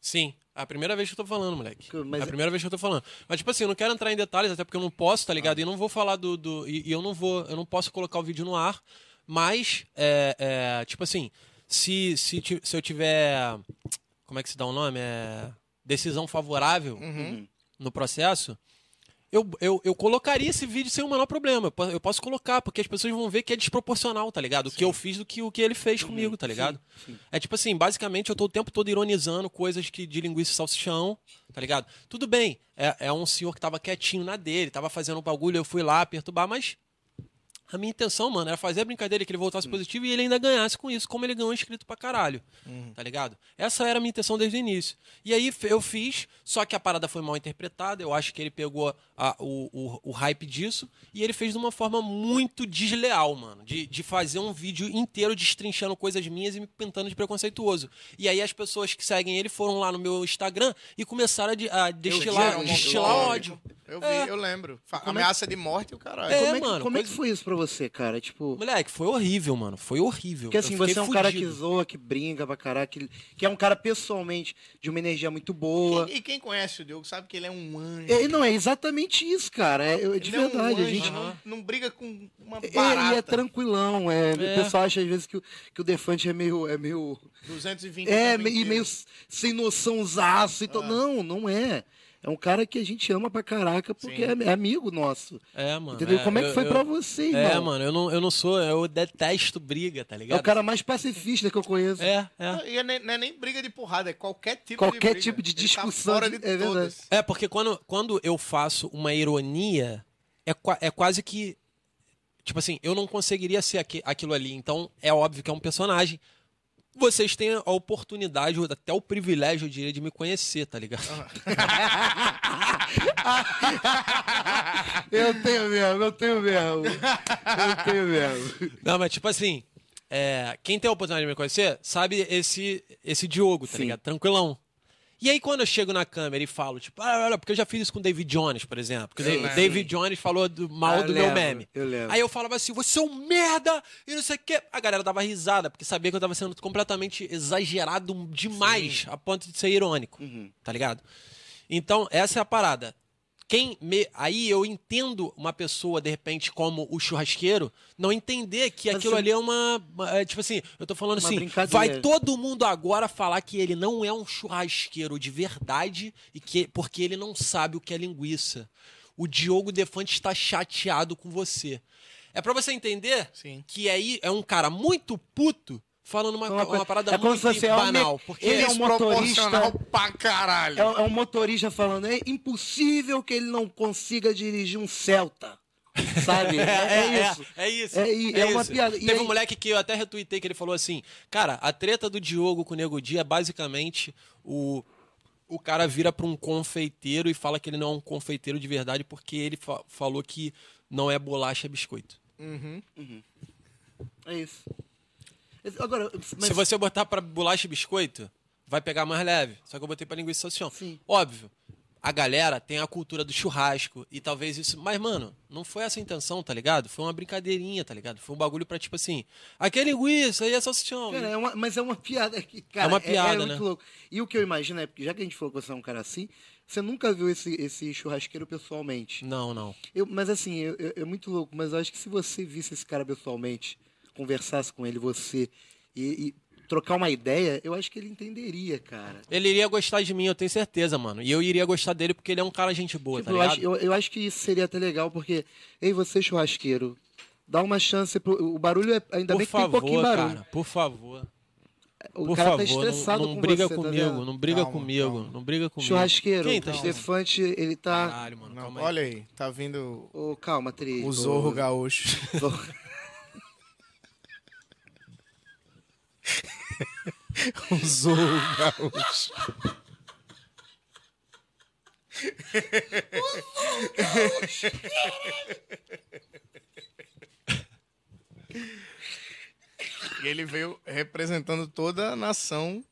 Sim. É a primeira vez que eu tô falando, moleque. Que- mas é a é- primeira vez que eu tô falando. Mas, tipo assim, eu não quero entrar em detalhes, até porque eu não posso, Ah. tá ligado? E não vou falar do. do- e, e eu não vou. Eu não posso colocar o vídeo no ar. Mas, é, é, tipo assim, se, se, ti- se eu tiver. Como é que se dá o nome? É, decisão favorável Uhum. no processo. Eu, eu, eu colocaria esse vídeo sem o menor problema. Eu po- Eu posso colocar, porque as pessoas vão ver que é desproporcional, tá ligado? O que eu fiz do que o que ele fez comigo, tá ligado? É tipo assim, basicamente eu tô o tempo todo ironizando coisas que de linguiça e salsichão, tá ligado? Tudo bem, é, é um senhor que tava quietinho na dele, tava fazendo um bagulho, eu fui lá perturbar, mas a minha intenção, mano, era fazer a brincadeira que ele voltasse positivo e ele ainda ganhasse com isso, como ele ganhou inscrito pra caralho. Tá ligado? Essa era a minha intenção desde o início. E aí f- eu fiz, só que a parada foi mal interpretada. Eu acho que ele pegou a- o, o- o hype disso e ele fez de uma forma muito desleal, mano. De, de fazer um vídeo inteiro destrinchando coisas minhas e me pintando de preconceituoso. E aí as pessoas que seguem ele foram lá no meu Instagram e começaram a, um de- a destilar, Geral, destilar eu- um ódio. Eu vi, É. eu lembro. Fa- Ameaça de morte e o caralho. É, como é, que- mano, como é que coisa- foi isso pra você, cara? Tipo. Moleque, foi horrível, mano. Foi horrível. Porque assim, Eu fiquei você é um cara que fudido. zoa, que brinca pra caralho, que, que é um cara pessoalmente de uma energia muito boa. E quem conhece o Diogo sabe que ele é um anjo. É, não, é exatamente isso, cara. É, eu- de Ele é um verdade, a anjo, gente. não, não briga com uma É, e é barata. tranquilão, é. É. O pessoal acha às vezes que, o- que o Defante é meio. É, meio, 220 é também e teve. meio sem noção zaço. Então, Não, não é. É um cara que a gente ama pra caraca porque é, Sim. é amigo nosso. É, mano. entendeu? Como é que eu- foi eu- pra você, irmão? É, mano, eu não, eu não sou, eu detesto briga, tá É ligado? o cara mais pacifista que eu conheço. É, é. Não, E é nem- não é nem briga de porrada, é qualquer tipo de Qualquer briga. tipo de Ele tá discussão fora de- de, é verdade. todas. É, porque quando, quando eu faço uma ironia, é, qua- é quase que. Tipo assim, eu não conseguiria ser aqui- aquilo ali. Então, é óbvio que é um personagem. Vocês têm a oportunidade, ou até o privilégio, eu diria, de me conhecer, tá ligado? Eu tenho mesmo, eu tenho mesmo. Eu tenho mesmo. Não, mas tipo assim, é, quem tem a oportunidade de me conhecer sabe esse, esse Diogo, tá Sim. ligado? Tranquilão. E aí, quando eu chego na câmera e falo, tipo, ah, olha, porque eu já fiz isso com o David Jones, por exemplo. Porque Sim, o sim. David Jones falou do- mal Ah, eu do meu lembro, meme. eu lembro. Aí eu falava assim, você é um merda e não sei o quê. A galera dava risada, porque sabia que eu tava sendo completamente exagerado demais, a ponto de ser irônico, Uhum. tá ligado? Então, essa é a parada. Quem me... Aí eu entendo uma pessoa, de repente, como o churrasqueiro, não entender que Mas aquilo você- ali é uma. é, tipo assim, eu tô falando Uma assim, brincadeira. vai todo mundo agora falar que ele não é um churrasqueiro de verdade e que porque ele não sabe o que é linguiça. O Diogo Defante está chateado com você. É pra você entender Sim. que aí é um cara muito puto falando uma, uma, parada é como se muito você é um me- banal. Porque Ele é um motorista- Desproporcional pra É, caralho. é um motorista falando, é impossível que ele não consiga dirigir um Celta. Sabe? É, é isso. É, isso. É i- é uma isso. piada. E Teve aí- um moleque que eu até retuitei que ele falou assim: Cara, a treta do Diogo com o Nego Di é basicamente o. O cara vira pra um confeiteiro e fala que ele não é um confeiteiro de verdade porque ele fa- falou que não é bolacha, é biscoito. É isso. Agora, mas Se você botar pra bolacha e biscoito, vai pegar mais leve. Só que eu botei pra linguiça salsichão. Sim. Óbvio. A galera tem a cultura do churrasco e talvez isso. Mas, mano, não foi essa a intenção, tá ligado? Foi uma brincadeirinha, tá ligado? Foi um bagulho pra tipo assim. Aqui é linguiça, aí é salsichão. Cara, é uma- mas é uma piada que, cara, É uma piada, muito né? louco. E o que eu imagino é, porque já que a gente falou que você é um cara assim, você nunca viu esse, esse churrasqueiro pessoalmente. Não, não. Eu- mas assim, eu- eu- é muito louco, mas eu acho que se você visse esse cara pessoalmente, conversasse com ele, você, e, e trocar uma ideia, eu acho que ele entenderia, cara. Ele iria gostar de mim, eu tenho certeza, mano. E eu iria gostar dele porque ele é um cara gente boa, Tipo, tá eu, ligado? acho, eu- eu acho que isso seria até legal, porque, ei, você churrasqueiro, dá uma chance pro. O barulho é. Ainda Por bem que tem favor, pouquinho barulho. cara. Por favor. o por cara tá favor, estressado não, não com briga você, tá comigo, ligado? não briga Calma, comigo, calma. não briga comigo. Churrasqueiro, Quem tá o estressado? Defante, ele tá. Caralho, mano, Não, calma aí. olha aí, tá vindo Ô, calma, Tri. o tô- Zorro Gaúcho. tô- o Zorro Gaúcho. E ele veio representando toda a nação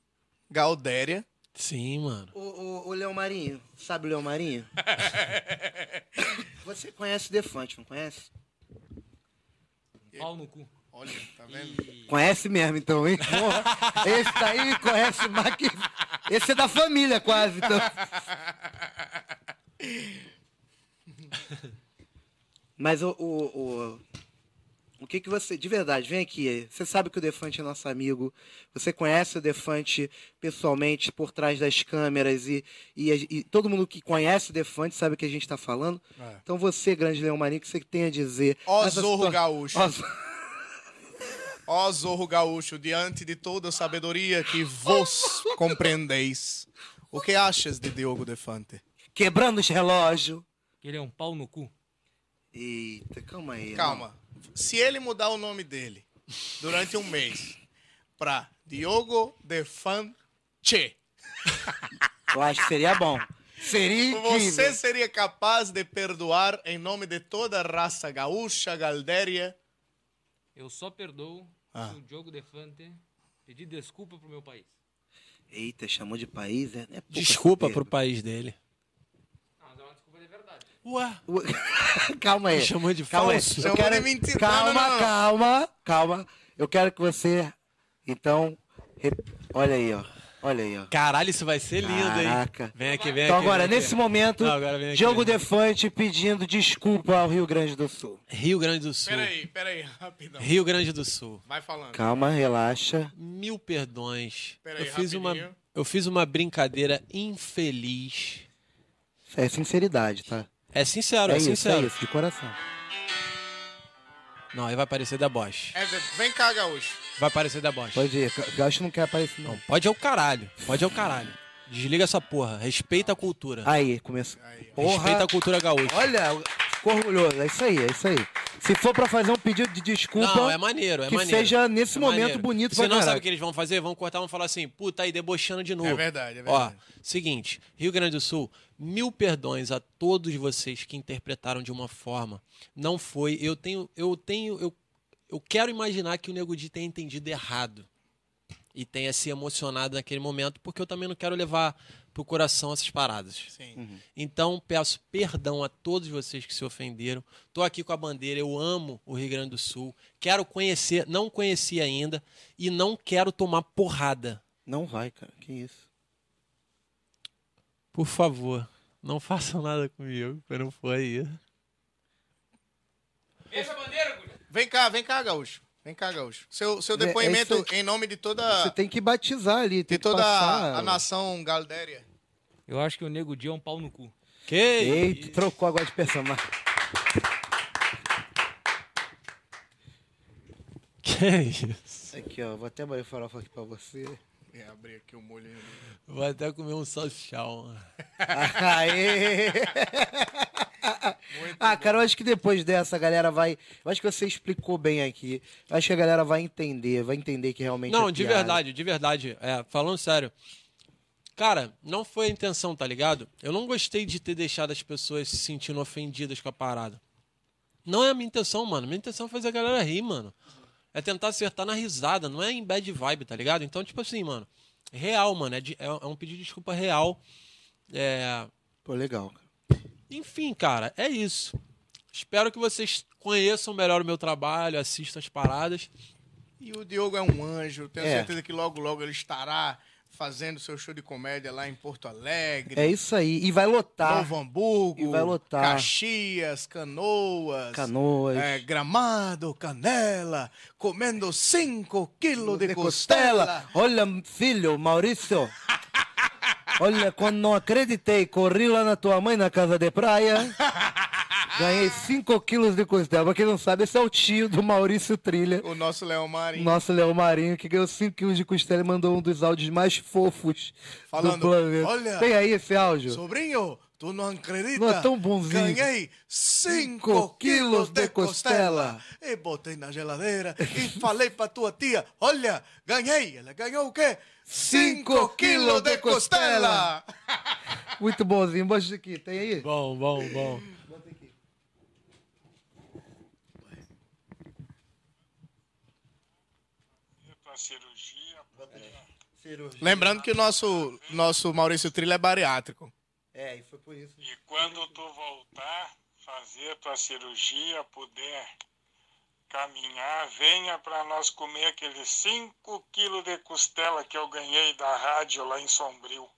gaudéria. Sim, mano. Ô, ô, ô Leão Marinho, sabe o Leão Marinho? Você conhece o Defante, não conhece? Pau no cu. Olha, tá vendo? E... Conhece mesmo, então, hein? Porra, esse daí conhece mais que... Esse é da família, quase, então. Mas o... O, o, o que que você... De verdade, vem aqui. Você sabe que o Defante é nosso amigo. Você conhece o Defante pessoalmente, por trás das câmeras. E, e, a- e todo mundo que conhece o Defante sabe o que a gente está falando. É. Então você, grande Leão Marinho, o que você tem a dizer? Ó Essa Zorro situa- Gaúcho. Ó Zorro- Ó Zorro Gaúcho, diante de toda a sabedoria que vos compreendeis, o que achas de Diogo Defante? Quebrando os relógios. Ele é um pau no cu. Eita, calma aí. né? Calma. Se ele mudar o nome dele durante um mês pra Diogo Defante, não. Eu acho que seria bom. Seria você incrível. seria capaz de perdoar em nome de toda a raça gaúcha, galdéria? Eu só perdoo Ah. se o Diogo Defante pedir desculpa pro meu país. Eita, chamou de país, é? é pouca Desculpa pro certeza. país dele. Não, mas é uma desculpa de verdade. Ué. calma aí. Me chamou de calma aí. falso. Eu Chamou quero- de mentiroso. Não, Calma, não, não. calma, calma. Eu quero que você. Então. rep- Olha aí, ó. Olha aí, ó. Caralho, isso vai ser lindo, Caraca. hein? Vem aqui, vem Então aqui. agora, vem nesse aqui. momento, Não, agora vem aqui, Diogo vem Defante pedindo desculpa ao Rio Grande do Sul. Rio Grande do Sul. Peraí, então. peraí, rapidão. Rio Grande do Sul. Vai falando. Calma, relaxa. Mil perdões. Peraí, eu fiz rapidinho. uma eu fiz uma brincadeira infeliz. É sinceridade, tá? É sincero, é, é isso, é sincero. isso, de coração. Não, aí vai parecer deboche. É, vem cá, gaúcho. Vai parecer deboche. Pode ir. Ga- Gaúcho não quer aparecer, não. Não, pode é o caralho. Pode é o caralho. Desliga essa porra. Respeita a cultura. Aí, começou. Aí, Respeita a cultura gaúcha. Olha, ficou orgulhoso. É isso aí, é isso aí. Se for pra fazer um pedido de desculpa. Não, é maneiro, é que maneiro. seja nesse É momento maneiro. bonito pra Senão, caralho. sabe o que eles vão fazer? Vão cortar e vão falar assim, puta, aí debochando de novo. É verdade, é verdade. Ó, seguinte, Rio Grande do Sul, mil perdões a todos vocês que interpretaram de uma forma. Não foi, eu tenho, eu tenho, eu, eu quero imaginar que o Nego Di tenha entendido errado. E tenha se emocionado naquele momento, porque eu também não quero levar pro coração essas paradas. Sim. Então, peço perdão a todos vocês que se ofenderam. Estou aqui com a bandeira, eu amo o Rio Grande do Sul. Quero conhecer, não conheci ainda e não quero tomar porrada. Não vai, cara. Que isso. Por favor, não façam nada comigo, eu não for aí. Veja a bandeira, Gulho. Vem cá, vem cá, gaúcho. Vem cá, gaúcho. Seu, seu Vê, é depoimento isso em nome de Você toda, tem que batizar ali. Tem de que toda passar... a nação galdéria. Eu acho que o Nego Di é um pau no cu. Que Eita, trocou agora de personagem. Que isso? Aqui, ó. Vou até abrir o farofa aqui pra você. É, abri aqui o molho. né? Vou até comer um salsichão. mano. Aê! ah, cara, eu acho que depois dessa a galera vai. Eu acho que você explicou bem aqui. Eu acho que a galera vai entender, vai entender que realmente. Não, é de piada. verdade, de verdade. É, falando sério. Cara, não foi a intenção, tá ligado? Eu não gostei de ter deixado as pessoas se sentindo ofendidas com a parada. Não é a minha intenção, mano. Minha intenção é fazer a galera rir, mano. É tentar acertar na risada, não é em bad vibe, tá ligado? Então, tipo assim, mano. Real, mano. É, de- é- é um pedido de desculpa real. É, Pô, legal. cara. enfim, cara, é isso. Espero que vocês conheçam melhor o meu trabalho, assistam as paradas. E o Diogo é um anjo. Tenho É. certeza que logo, logo ele estará fazendo seu show de comédia lá em Porto Alegre, É isso aí. E vai lotar. Novo Hamburgo, E vai lotar. Caxias, Canoas, Canoas. é, Gramado, Canela, comendo 5 quilos de, de costela. costela. Olha, filho, Maurício. Olha, quando não acreditei, corri lá na tua mãe na casa de praia. Ganhei 5 quilos de costela. Pra quem não sabe, esse é o tio do Maurício Trilha. O nosso Leão Marinho. Nosso Léo Marinho, que ganhou 5 quilos de costela e mandou um dos áudios mais fofos Falando, do planeta. "Olha, Tem aí esse áudio? Sobrinho, tu não acredita? Não é tão bonzinho. Ganhei 5 Cinco quilos quilos de de costela. E botei na geladeira e falei pra tua tia, olha, ganhei. Ela ganhou o quê? 5 Cinco quilos de de costela. Muito bonzinho. Mostra aqui, tem aí? Bom, bom, bom. para cirurgia, Lembrando que o nosso, nosso Maurício Trilha é bariátrico. É, e foi por isso. e quando tu voltar, fazer tua cirurgia, puder caminhar, venha para nós comer aqueles 5 quilos de costela que eu ganhei da rádio lá em Sombrio.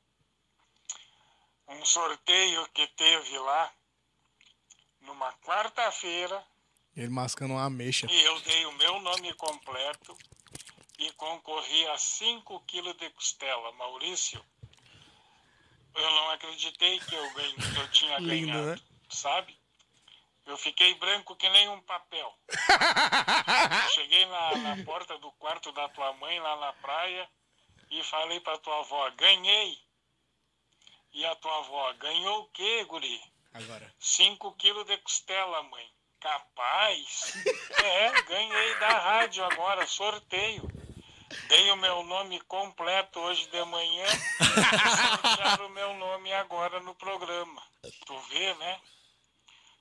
Um sorteio que teve lá numa quarta-feira Ele mascando uma ameixa. e eu dei o meu nome completo e concorri a 5 quilos de costela. Maurício, eu não acreditei que eu, ganhei, que eu tinha Lindo, ganhado, né? sabe? Eu fiquei branco que nem um papel. Cheguei na, na porta do quarto da tua mãe, lá na praia, e falei pra tua avó, ganhei. E a tua avó, ganhou o quê, guri? Agora. 5 quilos de costela, mãe. Capaz? É, ganhei da rádio agora, sorteio. Dei o meu nome completo hoje de manhã. Sortearam o meu nome agora no programa. Tu vê, né?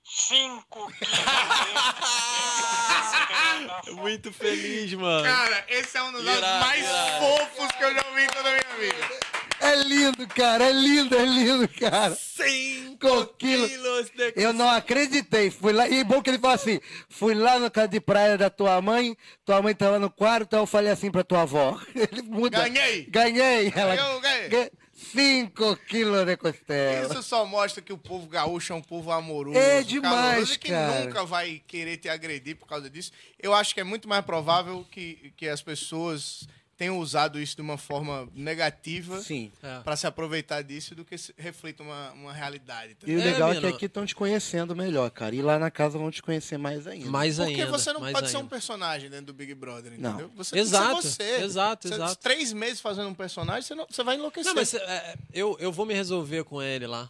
5 quilos de costela. Muito feliz, mano. Cara, esse é um dos áudios Irado, mais irado. fofos que eu já ouvi em toda a minha vida. É lindo, cara. É lindo, é lindo, cara. 5 quilos. quilos de Eu não acreditei. Fui lá. E bom que ele falou assim: fui lá na casa de praia da tua mãe, tua mãe tava no quarto, aí eu falei assim pra tua avó. Ele muda. Ganhei. Ganhei! Eu Ela ganhei. ganhei. Cinco quilos de costela. Isso só mostra que o povo gaúcho é um povo amoroso. É demais, caloroso, e que cara. nunca vai querer te agredir por causa disso. Eu acho que é muito mais provável que, que as pessoas tenham usado isso de uma forma negativa Sim. É. pra se aproveitar disso do que se- reflita uma, uma realidade. tá E o ligado? É, legal é que menino. aqui estão te conhecendo melhor, cara. E lá na casa vão te conhecer mais ainda. É. Mais Porque ainda. você não mais pode ser um ainda. personagem dentro do Big Brother, Não. entendeu? Você tem que ser Exato, você. exato, Você- exato. Três meses fazendo um personagem, você, não- você vai enlouquecer. Não, mas é, eu, eu vou me resolver com ele lá.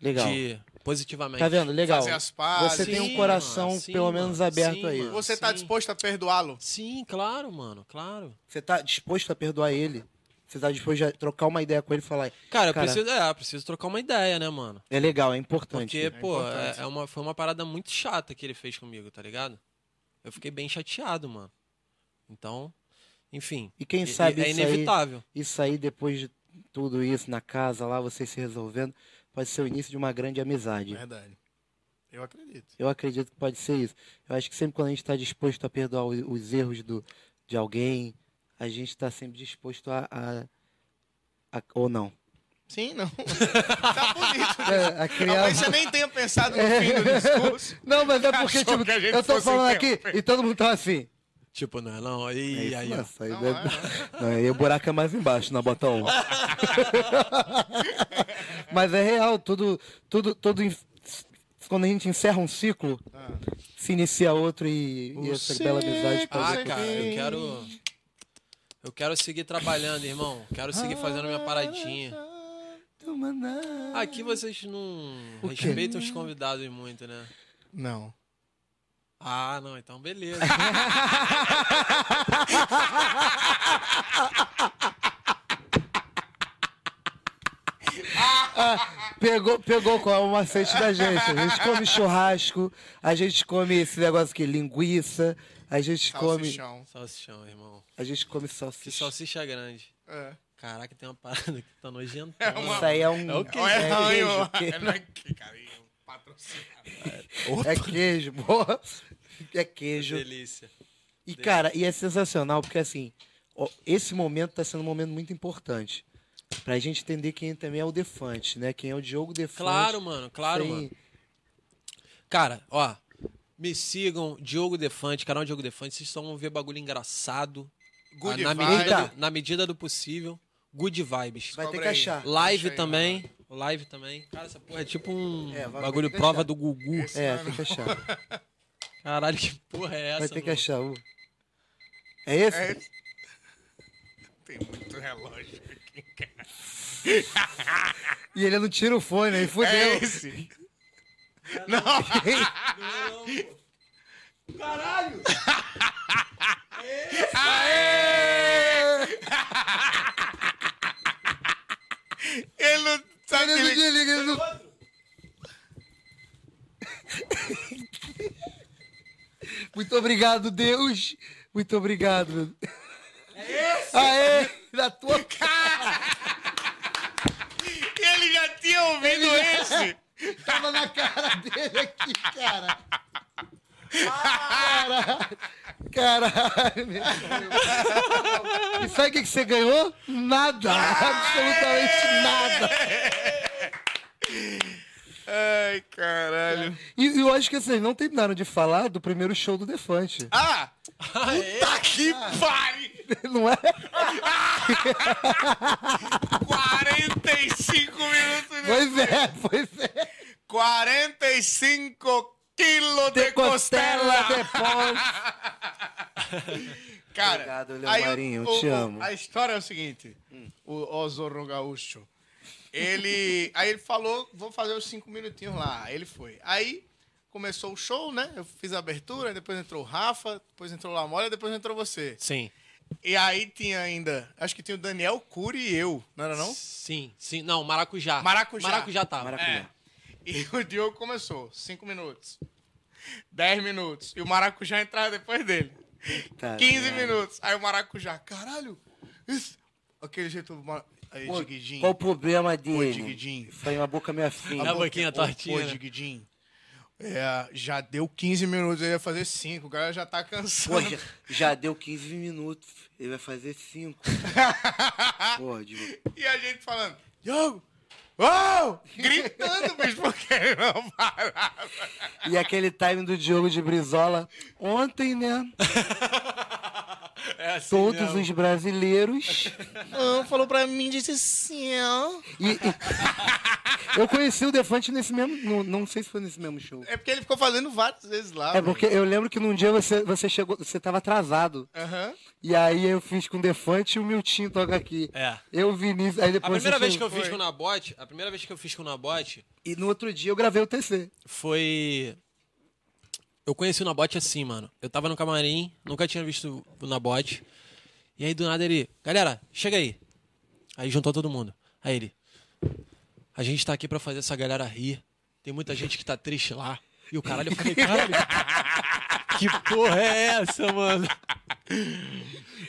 Legal. De, positivamente. Tá vendo? Legal. Fazer as pazes. Você tem um Sim, coração mano, sim, pelo menos mano, aberto sim, a ele. mano. Você tá Sim. disposto a perdoá-lo? Sim, claro, mano. Claro. Você tá disposto a perdoar ele? Você tá disposto a trocar uma ideia com ele e falar. Cara, eu preciso, é, eu preciso trocar uma ideia, né, mano? É legal, é importante. Porque, pô, importante. é, é uma, foi uma parada muito chata que ele fez comigo, tá ligado? Eu fiquei bem chateado, mano. Então, enfim. E quem E- sabe é isso inevitável. aí, isso aí depois de tudo isso na casa lá, vocês se resolvendo, pode ser o início de uma grande amizade. Verdade. Eu acredito. Eu acredito que pode ser isso. Eu acho que sempre quando a gente está disposto a perdoar o- os erros do, de alguém, a gente está sempre disposto a, a- a- ou não. Sim, não. tá bonito. É, a criar. Talvez você nem tenha pensado no fim do discurso. Não, mas é porque Achou tipo, que a gente eu tô fosse um falando aqui interromper. e todo mundo tá assim. Tipo, não é não. E Isso, aí, ó. nossa, aí Não, deve- é, Não, aí o buraco é mais embaixo, na bota 1. Mas é real, tudo, tudo, tudo. in- Quando a gente encerra um ciclo, se inicia outro e, e O essa bela amizade ciclo pode Ah, Você cara, eu tem- quero. Eu quero seguir trabalhando, irmão. Quero seguir fazendo minha paradinha. Aqui vocês não O quê? respeitam os convidados muito, né? Não. Ah, não, então beleza. Pegou, pegou qual é o macete da gente. A gente come churrasco, a gente come esse negócio aqui, linguiça, a gente come. Salsichão. Salsichão, irmão. A gente come Que salsicha. salsicha grande. É. Caraca, tem uma parada que tá nojenta. Isso aí é um. É o quê? Não é queijo, ranho. queijo. É, não é que, cara. é um patrocinado. É queijo, boa. É queijo. Delícia. E, cara, e é sensacional, porque assim, ó, esse momento tá sendo um momento muito importante. Pra gente entender quem também é o Defante, né? Quem é o Diogo Defante. Claro, mano, claro, Sem- mano. Cara, ó, me sigam, Diogo Defante, canal Diogo Defante, vocês só vão ver bagulho engraçado. ah, Good na, vibes. medida Eita. do, na medida do possível. Good vibes. Vai ter Cobra que aí. achar. Live Deixa aí, também. Live também. Cara, essa porra é tipo um É, vai- vai bagulho ter que prova achar. do Gugu. É, tem que achar. Caralho, que porra é essa? Vai ter que mano? achar. o- É esse? É. Tem muito relógio aqui, cara. E ele não tira o fone, aí fudeu. É esse. Não. Aê! Ele não tá sabe Ele não desligar. desliga, ele não... Muito obrigado, Deus. Muito obrigado. É esse? Aê! Da tua Ele já tinha ouvido esse. Tava na cara dele aqui, cara. Caralho, meu irmão. E sabe o que que você ganhou? Nada! Absolutamente nada! Ai, caralho. E e eu acho que vocês não terminaram de falar do primeiro show do Defante. Ah! é? Puta que Ah. pariu! Não é? 45 minutos de... Pois é, pois é. 45 quilos de, Tem costela! depois. Cara, Obrigado, Léo aí o- Marinho, o- te o- amo. A história é o seguinte: o Osorno Gaúcho. Ele. aí ele falou: vou fazer os cinco minutinhos lá. Aí Ele foi. Aí começou o show, né? Eu fiz a abertura, depois entrou o Rafa, depois entrou o Lamola, depois entrou você. Sim. E aí tinha ainda. Acho que tinha o Daniel Cury e eu, não era não? Sim, sim. Não, maracujá. Maracujá. Maracujá Ah, tava. Maracujá. E o Diogo começou: cinco minutos, dez minutos. E o Maracujá entrava depois dele. Tá, 15 né? minutos. Aí o maracujá, caralho, isso. Aquele jeito. do mar- Aí, Pô, Diguidinho. Qual o problema Pô, dele? Diguidinho. Foi uma boca meio Na fina. boca- boquinha ô, tortinha, Pô, né? Diguidinho. É, já deu 15 minutos, eu ia fazer 5. O cara já tá cansado. Pô, já, já deu 15 minutos. Ele vai fazer 5. Pô, digo, E a gente falando, É. Diogo! Uou! Gritando, bicho, porque ele não parava. E aquele time do Diogo de Brizola. Ontem, né? É assim Todos mesmo. os brasileiros. falou pra mim, disse assim, E, e- Eu conheci o Defante nesse mesmo. Não, não sei se foi nesse mesmo show. É porque ele ficou fazendo várias vezes lá. É velho. porque eu lembro que num dia você, você chegou. Você tava atrasado. Aham. E aí eu fiz com o Defante e o Miltinho toca aqui. É. Eu, Vinícius. Aí A depois. primeira você vez que chegou- eu fiz Foi. com o Nabote, a primeira vez que eu fiz com o Nabote E no outro dia eu gravei o TC. foi. Eu conheci o Nabote assim, mano. Eu tava no camarim, nunca tinha visto o Nabote. E aí do nada ele. Galera, chega aí. Aí juntou todo mundo. Aí ele. A gente tá aqui pra fazer essa galera rir. Tem muita gente que tá triste lá. E o caralho, eu falei, caralho. Que porra é essa, mano?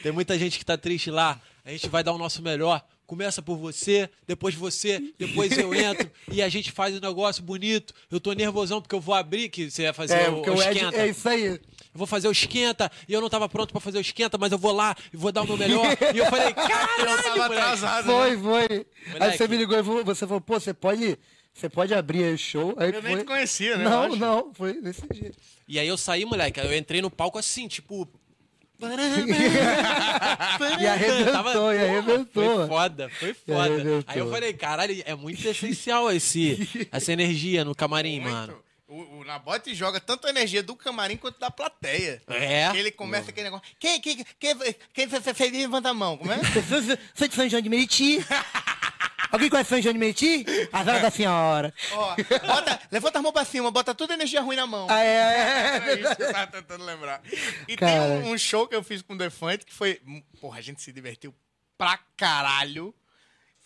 Tem muita gente que tá triste lá. A gente vai dar o nosso melhor. Começa por você, depois você, depois eu entro e a gente faz um negócio bonito. Eu tô nervosão porque eu vou abrir, que você vai fazer É, o, porque o o Ed. esquenta. É isso aí. Eu vou fazer o esquenta e eu não tava pronto pra fazer o esquenta, mas eu vou lá e vou dar o meu melhor. e eu falei, caralho, Eu tava moleque. atrasado. né? Foi, foi. Aí Moleque. você me ligou e falou- você falou, pô, você pode. Você pode abrir aí o show? Aí Eu foi... nem te conhecia, né? eu Não, acho. não, foi nesse dia. E aí eu saí, moleque. Aí eu entrei no palco assim, tipo. né? E arrebentou, Tava- e arrebentou. Foi foda, foi foda. arrebentou. Aí eu falei, caralho, é muito essencial esse, essa energia no camarim, mano. O, o Nabote joga tanto a energia do camarim quanto da plateia. É? Que ele começa aquele negócio. Quem, quem, quem, quem foi feliz, levanta a mão. Como é? Pessoas são de São João de Meriti. Alguém conhece São João de Meriti? A Zara da Senhora. Ó, bota, levanta a mão pra cima, bota toda a energia ruim na mão. Ah, é, Era isso que eu tava tentando lembrar. E Cara. tem um, um show que eu fiz com o Defante que foi. Porra, a gente se divertiu pra caralho.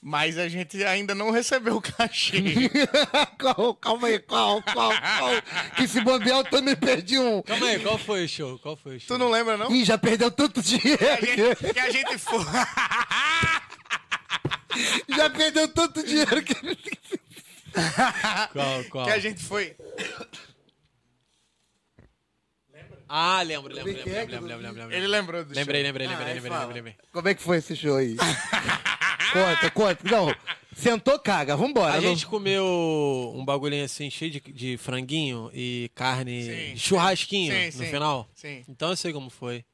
Mas a gente ainda não recebeu o cachê. é. Qual- calma aí, qual, qual, qual? Que se bobear, eu também perdi um. Calma aí, qual foi o show? Qual foi o tu show? não lembra, não? Ih, já perdeu tanto A dinheiro. gente- que a gente foi. Que, já perdeu tanto dinheiro que. Qual, qual? Que a gente foi. Ah, lembro, lembro, Como é que lembro, é que lembro, eu lembro, lembro, Ele lembro. lembrou do Lembrei, show. lembrei, lembrei, Ah, lembrei, fala. lembrei. Como é que foi esse show aí? conta, conta. Não, sentou, caga, vambora. A Não- gente comeu um bagulhinho assim, cheio de, de franguinho e carne, Sim. churrasquinho Sim, no sim. final. Sim. Então eu sei como foi.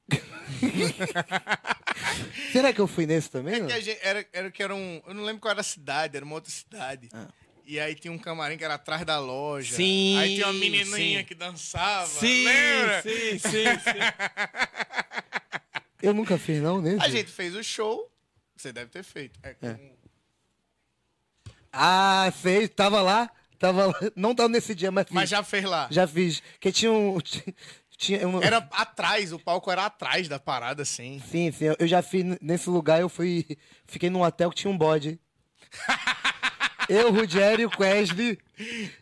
Será que eu fui nesse também? É Que não? a gente- era, era que era um. Eu não lembro qual era a cidade, era uma outra cidade. E aí tinha um camarim que era atrás da loja. Sim, Aí tinha uma menininha sim. que dançava. Sim, lembra? sim, sim, sim. Eu nunca fiz, não, nesse. A gente fez o show. Você deve ter feito. É, com- Ah, fez, tava lá, tava lá. Não tava nesse dia, mas fiz. Mas já fez lá. Já fiz. Porque tinha um. Tinha um- uma... Era atrás, o palco era atrás da parada, assim. Sim, sim. Eu já fiz n- nesse lugar, eu fui. Fiquei num hotel que tinha um bode. Eu, Rugério, Wesley.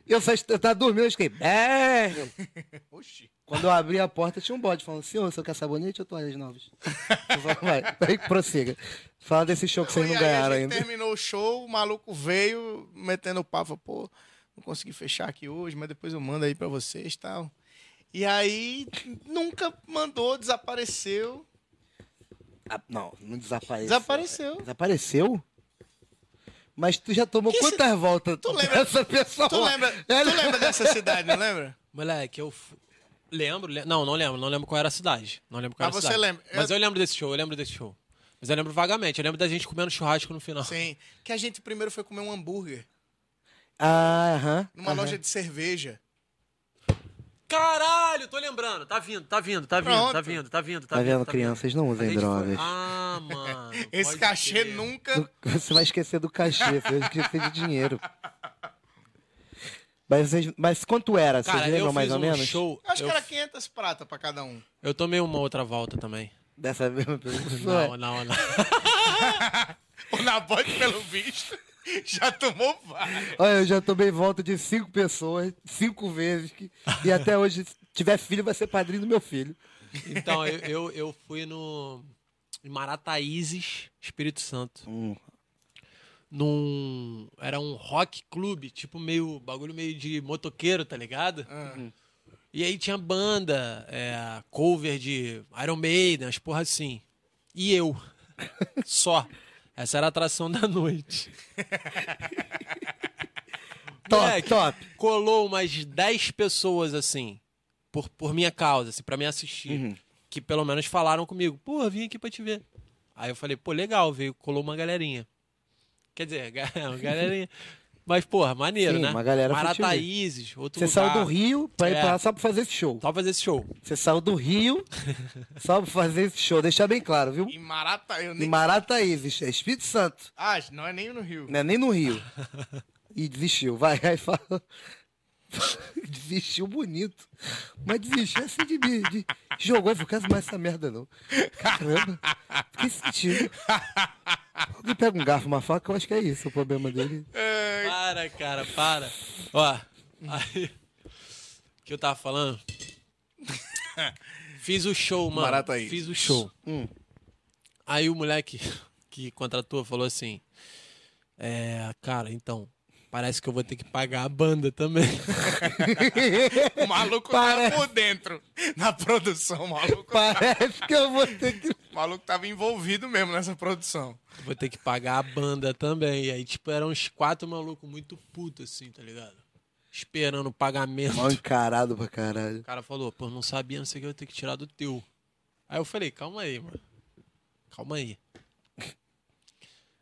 Eu só est- eu tava dormindo, eu fiquei. "Bem!" Oxi. Quando eu abri a porta, tinha um bode falando, senhor, você quer sabonete ou toalhas novas? Eu falei, Vai, vai, prossiga. Fala desse show que vocês E não aí ganharam a gente ainda. terminou o show, o maluco veio metendo o papo, pô, não consegui fechar aqui hoje, mas depois eu mando aí pra vocês e tal. E aí nunca mandou, desapareceu. Ah, não, não desapareceu. Desapareceu. Desapareceu? Mas tu já tomou Que se- quantas voltas Tu lembra- dessa pessoa? Tu lembra, Ela- tu lembra dessa cidade, não lembra? Moleque, eu. fu- Lembro, le- não, não lembro, não lembro qual era a cidade. Não lembro qual Mas era a você cidade. lembra? Mas Eu- eu lembro desse show, eu lembro desse show. Mas eu lembro vagamente, eu lembro da gente comendo churrasco no final. Sim. Que a gente primeiro foi comer um hambúrguer Ah, aham. numa aham. loja de cerveja. Caralho, tô lembrando. Tá vindo, tá vindo, tá vindo, Pronto. tá vindo, tá vindo, tá, Tá vindo. vendo? Crianças não usem gente drogas. Ah, mano. Esse pode cachê crer. nunca. Do- Você vai esquecer do cachê, você vai esquecer de dinheiro. Mas, vocês- mas quanto era? Vocês Cara, eu lembram fiz mais um ou menos? show. Acho eu, que era 500 prata pra cada um. eu tomei uma outra volta também. Dessa mesma pessoa? Não, não, não. O Nabote, pelo visto, já tomou várias. Olha, eu já tomei volta de cinco pessoas, cinco vezes. que- e até hoje, se tiver filho, vai ser padrinho do meu filho. Então, eu, eu, eu fui no. Em Marataízes, Espírito Santo. Hum. Num. Era um rock clube, tipo meio. Bagulho meio de motoqueiro, tá ligado? E aí tinha banda, é, cover de Iron Maiden, as porra assim. E eu. Só. Essa era a atração da noite. Top, Moleque, top. Colou umas 10 pessoas, assim, por, por minha causa, assim, pra me assistir. Uhum. Que pelo menos falaram comigo, porra, vim aqui pra te ver. Aí eu falei, pô, legal, veio, colou uma galerinha. Quer dizer, ga- uma galerinha. Mas, porra, maneiro, Sim, né? uma galera foi te ver. Marataízes, outro Você lugar. saiu do Rio pra ir É. pra lá só pra fazer esse show. Só fazer esse show. Você saiu do Rio só pra fazer esse show. Deixar bem claro, viu? Em Marata, eu Em nem. Marataízes, é Espírito Santo. Ah, não é nem no Rio. Não é nem no Rio. E desistiu. Vai, aí fala. Desistiu bonito. Mas desistiu assim de. de, de jogou e falou: quero mais essa merda não. Caramba. Fiquei sentindo. Alguém pega um garfo, uma faca, eu acho que é isso o problema dele. Para, cara, para. Ó, aí, o que eu tava falando? Fiz o show, mano. Marataízes. Fiz o show. Aí o moleque que contratou falou assim: É, cara, então, parece que eu vou ter que pagar a banda também. O maluco Parece. tava por dentro na produção. O maluco, Parece que eu vou ter que. o maluco tava envolvido mesmo nessa produção. Vou ter que pagar a banda também. E aí, tipo, eram uns quatro malucos muito putos, assim, tá ligado? Esperando o pagamento. Mal encarado pra caralho. O cara falou, pô, não sabia, não sei o que, eu tenho que tirar do teu. Aí eu falei, calma aí, mano. Calma aí.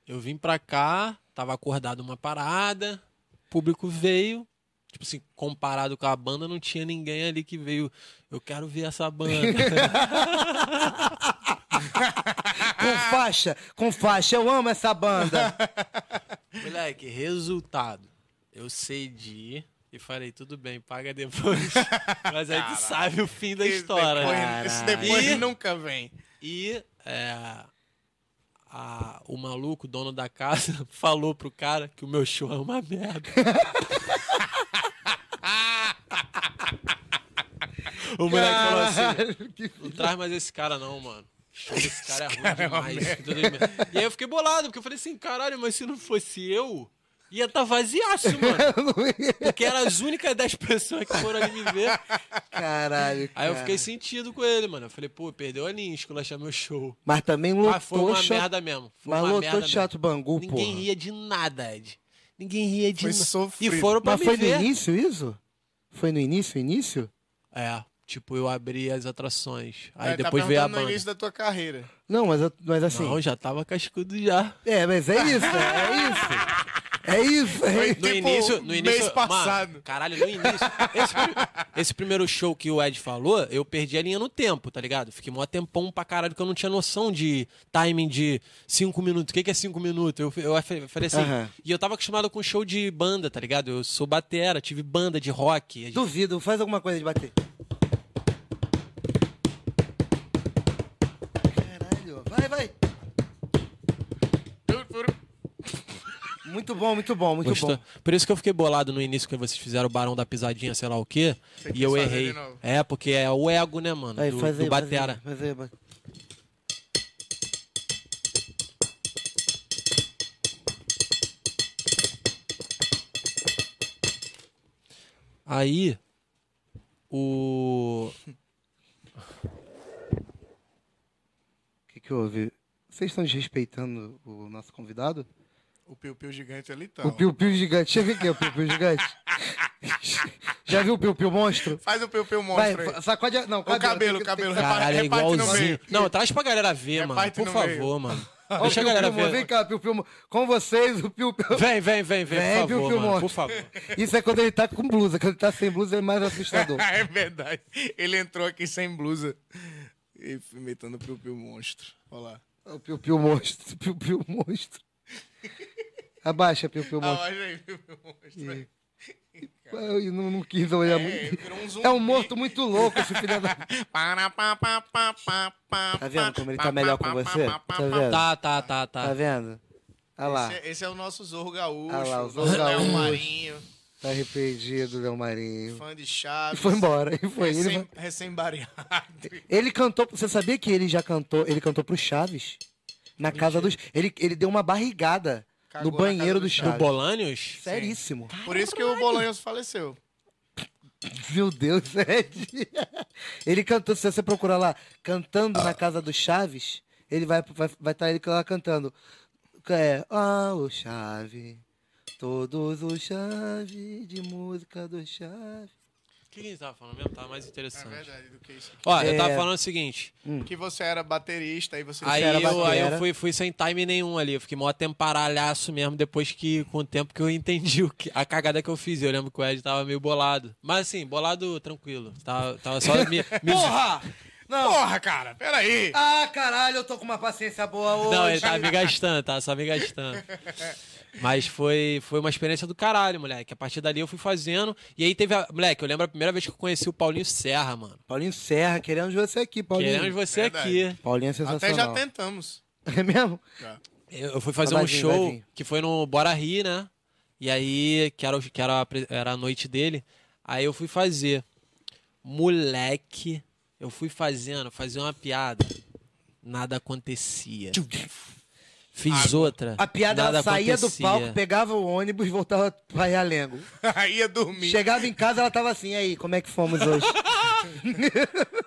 Eu vim pra cá, tava acordado uma parada, o público veio. Tipo assim, comparado com a banda, não tinha ninguém ali que veio. Eu quero ver essa banda. Com faixa, com faixa, eu amo essa banda. Moleque, resultado. Eu cedi e falei, tudo bem, paga depois. Mas aí tu sabe o fim da história. né? Esse depois, esse depois Caralho. nunca vem. E é, a- o maluco, dono da casa, falou pro cara que o meu show é uma merda. o moleque falou assim: Caralho, que- não traz mais esse cara, não, mano. O Show desse cara é ruim demais. tudo de merda." e aí eu fiquei bolado, porque eu falei assim: caralho, mas se não fosse eu, ia tá vaziaço, mano. eu não ia- Porque eram as únicas 10 pessoas que foram ali me ver. Caralho. Aí eu cara. fiquei sentido com ele, mano. Eu falei, pô, perdeu a linha, esculachar meu show. Mas também Ah, foi lotou uma show. merda mesmo. Foi Mas uma lotou merda de Chato Bangu, mesmo. porra. Ninguém ria de nada, Ed. Ninguém ria de Foi nada. E sofrido. foram pra Mas me foi ver. no início isso? Foi no início, início? É, tipo, eu abri as atrações. Aí É, tá depois veio a perguntando banda. no início da tua carreira. Não, mas, eu- mas assim. Não, já tava cascudo já. É, mas é isso, é isso. É isso, é Foi isso. No Tipo, início, no mês início, mano, passado. caralho, no início. Esse, pri- esse primeiro show que o Ed falou, eu perdi a linha no tempo, tá ligado? Fiquei mó tempão pra caralho, que eu não tinha noção de timing de cinco minutos. O que, que é cinco minutos? Eu, eu fe- falei assim. Aham. E eu tava acostumado com show de banda, tá ligado? Eu sou batera, tive banda de rock. a gente- Duvido, faz alguma coisa de bater. Caralho, vai, vai. Muito bom, muito bom, muito Gostou? bom. Por isso que eu fiquei bolado no início que vocês fizeram o Barão da Pisadinha, sei lá o quê. e quis eu fazer errei. de novo. É, porque é o ego, né, mano? Aí, do, faz do aí, faz aí, batera. Faz aí, bate. Aí O. O que, que houve? Vocês estão desrespeitando o nosso convidado? O piu-piu gigante ali tá. O piu-piu gigante. Chega aqui, é o piu-piu gigante. Já viu o piu-piu monstro? Faz o piu-piu Vai, monstro aí. fa- sacode a... Não, O cabelo, o cabelo. Repara, Caralho, é reparte no meio. igualzinho. Não, traz pra galera ver, mano. Reparte Por no favor, meio. mano. Ó, Deixa a o galera Piu-Piu Mon- Vem ver. cá, piu-piu. Mon- Com vocês, o piu-piu... Vem, vem, vem, vem, Vem, por viu, favor, Piu mano. Monstro. Por favor. Isso é quando ele tá com blusa. Quando ele tá sem blusa, é mais assustador. é verdade. Ele entrou aqui sem blusa. E imitando o piu-piu monstro. Olha lá. O piu-piu monstro. Piu-piu monstro. Abaixa, piu-piu monstro. Abaixa Ah, aí, piu-piu monstro. aí. Eu não, não quis olhar ele muito. virou um zumbi. É um morto muito louco esse filho da... Tá Tá vendo como ele tá melhor com você? Tá vendo? Tá, tá, tá, Tá tá. vendo? Olha lá. Esse, esse é o nosso Zorro Gaúcho. Ah lá, o Zorro nosso Léo Gaúcho. Marinho, Tá arrependido, Léo Marinho. fã de E Chaves. É, foi embora. E foi. Ele, né? Recém, recém-bariado. ele cantou. Você sabia que ele já cantou? Ele cantou pro Chaves? Na casa dos. Ele, ele deu uma barrigada Cagou no na casa banheiro do do Chaves. No Bolanhos? Seríssimo. Por isso que o Bolanhos faleceu. Meu Deus, Ed. Ele cantou. Se você procurar lá, cantando na casa do Chaves, ele vai estar vai, vai tá ele lá cantando. É, ah, o Chave. Todos os Chaves de música do Chave. O que que a gente tava falando mesmo? Tava mais É interessante. verdade, do que isso. Ó, eu É. tava falando o seguinte. Hum. Que você era baterista e você Aí era eu, aí batera. eu fui, fui sem time nenhum ali. Eu fiquei mó tempo paralhaço mesmo, depois que, com o tempo que eu entendi o que- a cagada que eu fiz. Eu lembro que o Ed tava meio bolado. Mas assim, bolado tranquilo. Tava, tava só me, me- Porra! Não! Porra, cara, peraí. Ah, caralho, eu tô com uma paciência boa hoje. Não, ele tá tava me gastando, tava só me gastando. Mas foi, foi uma experiência do caralho, moleque. A partir dali eu fui fazendo. E aí teve a. Moleque, eu lembro a primeira vez que eu conheci o Paulinho Serra, mano. Paulinho Serra, queremos você aqui, Paulinho. Queremos você Verdade. aqui. Paulinho é Até sensacional. já tentamos. É mesmo? Eu, eu fui fazer Vai um vir, vai show vir. que foi no Bora Rir, né? E aí, que era, o- que era, a pre- era a noite dele. Aí eu fui fazer. Moleque, eu fui fazendo, fazia uma piada. Nada acontecia. Fiz outra. A piada ela nada saía acontecia. do palco, pegava o ônibus e voltava pra Realengo. Aí ia dormir. Chegava em casa, ela tava assim, "E aí, como é que fomos hoje?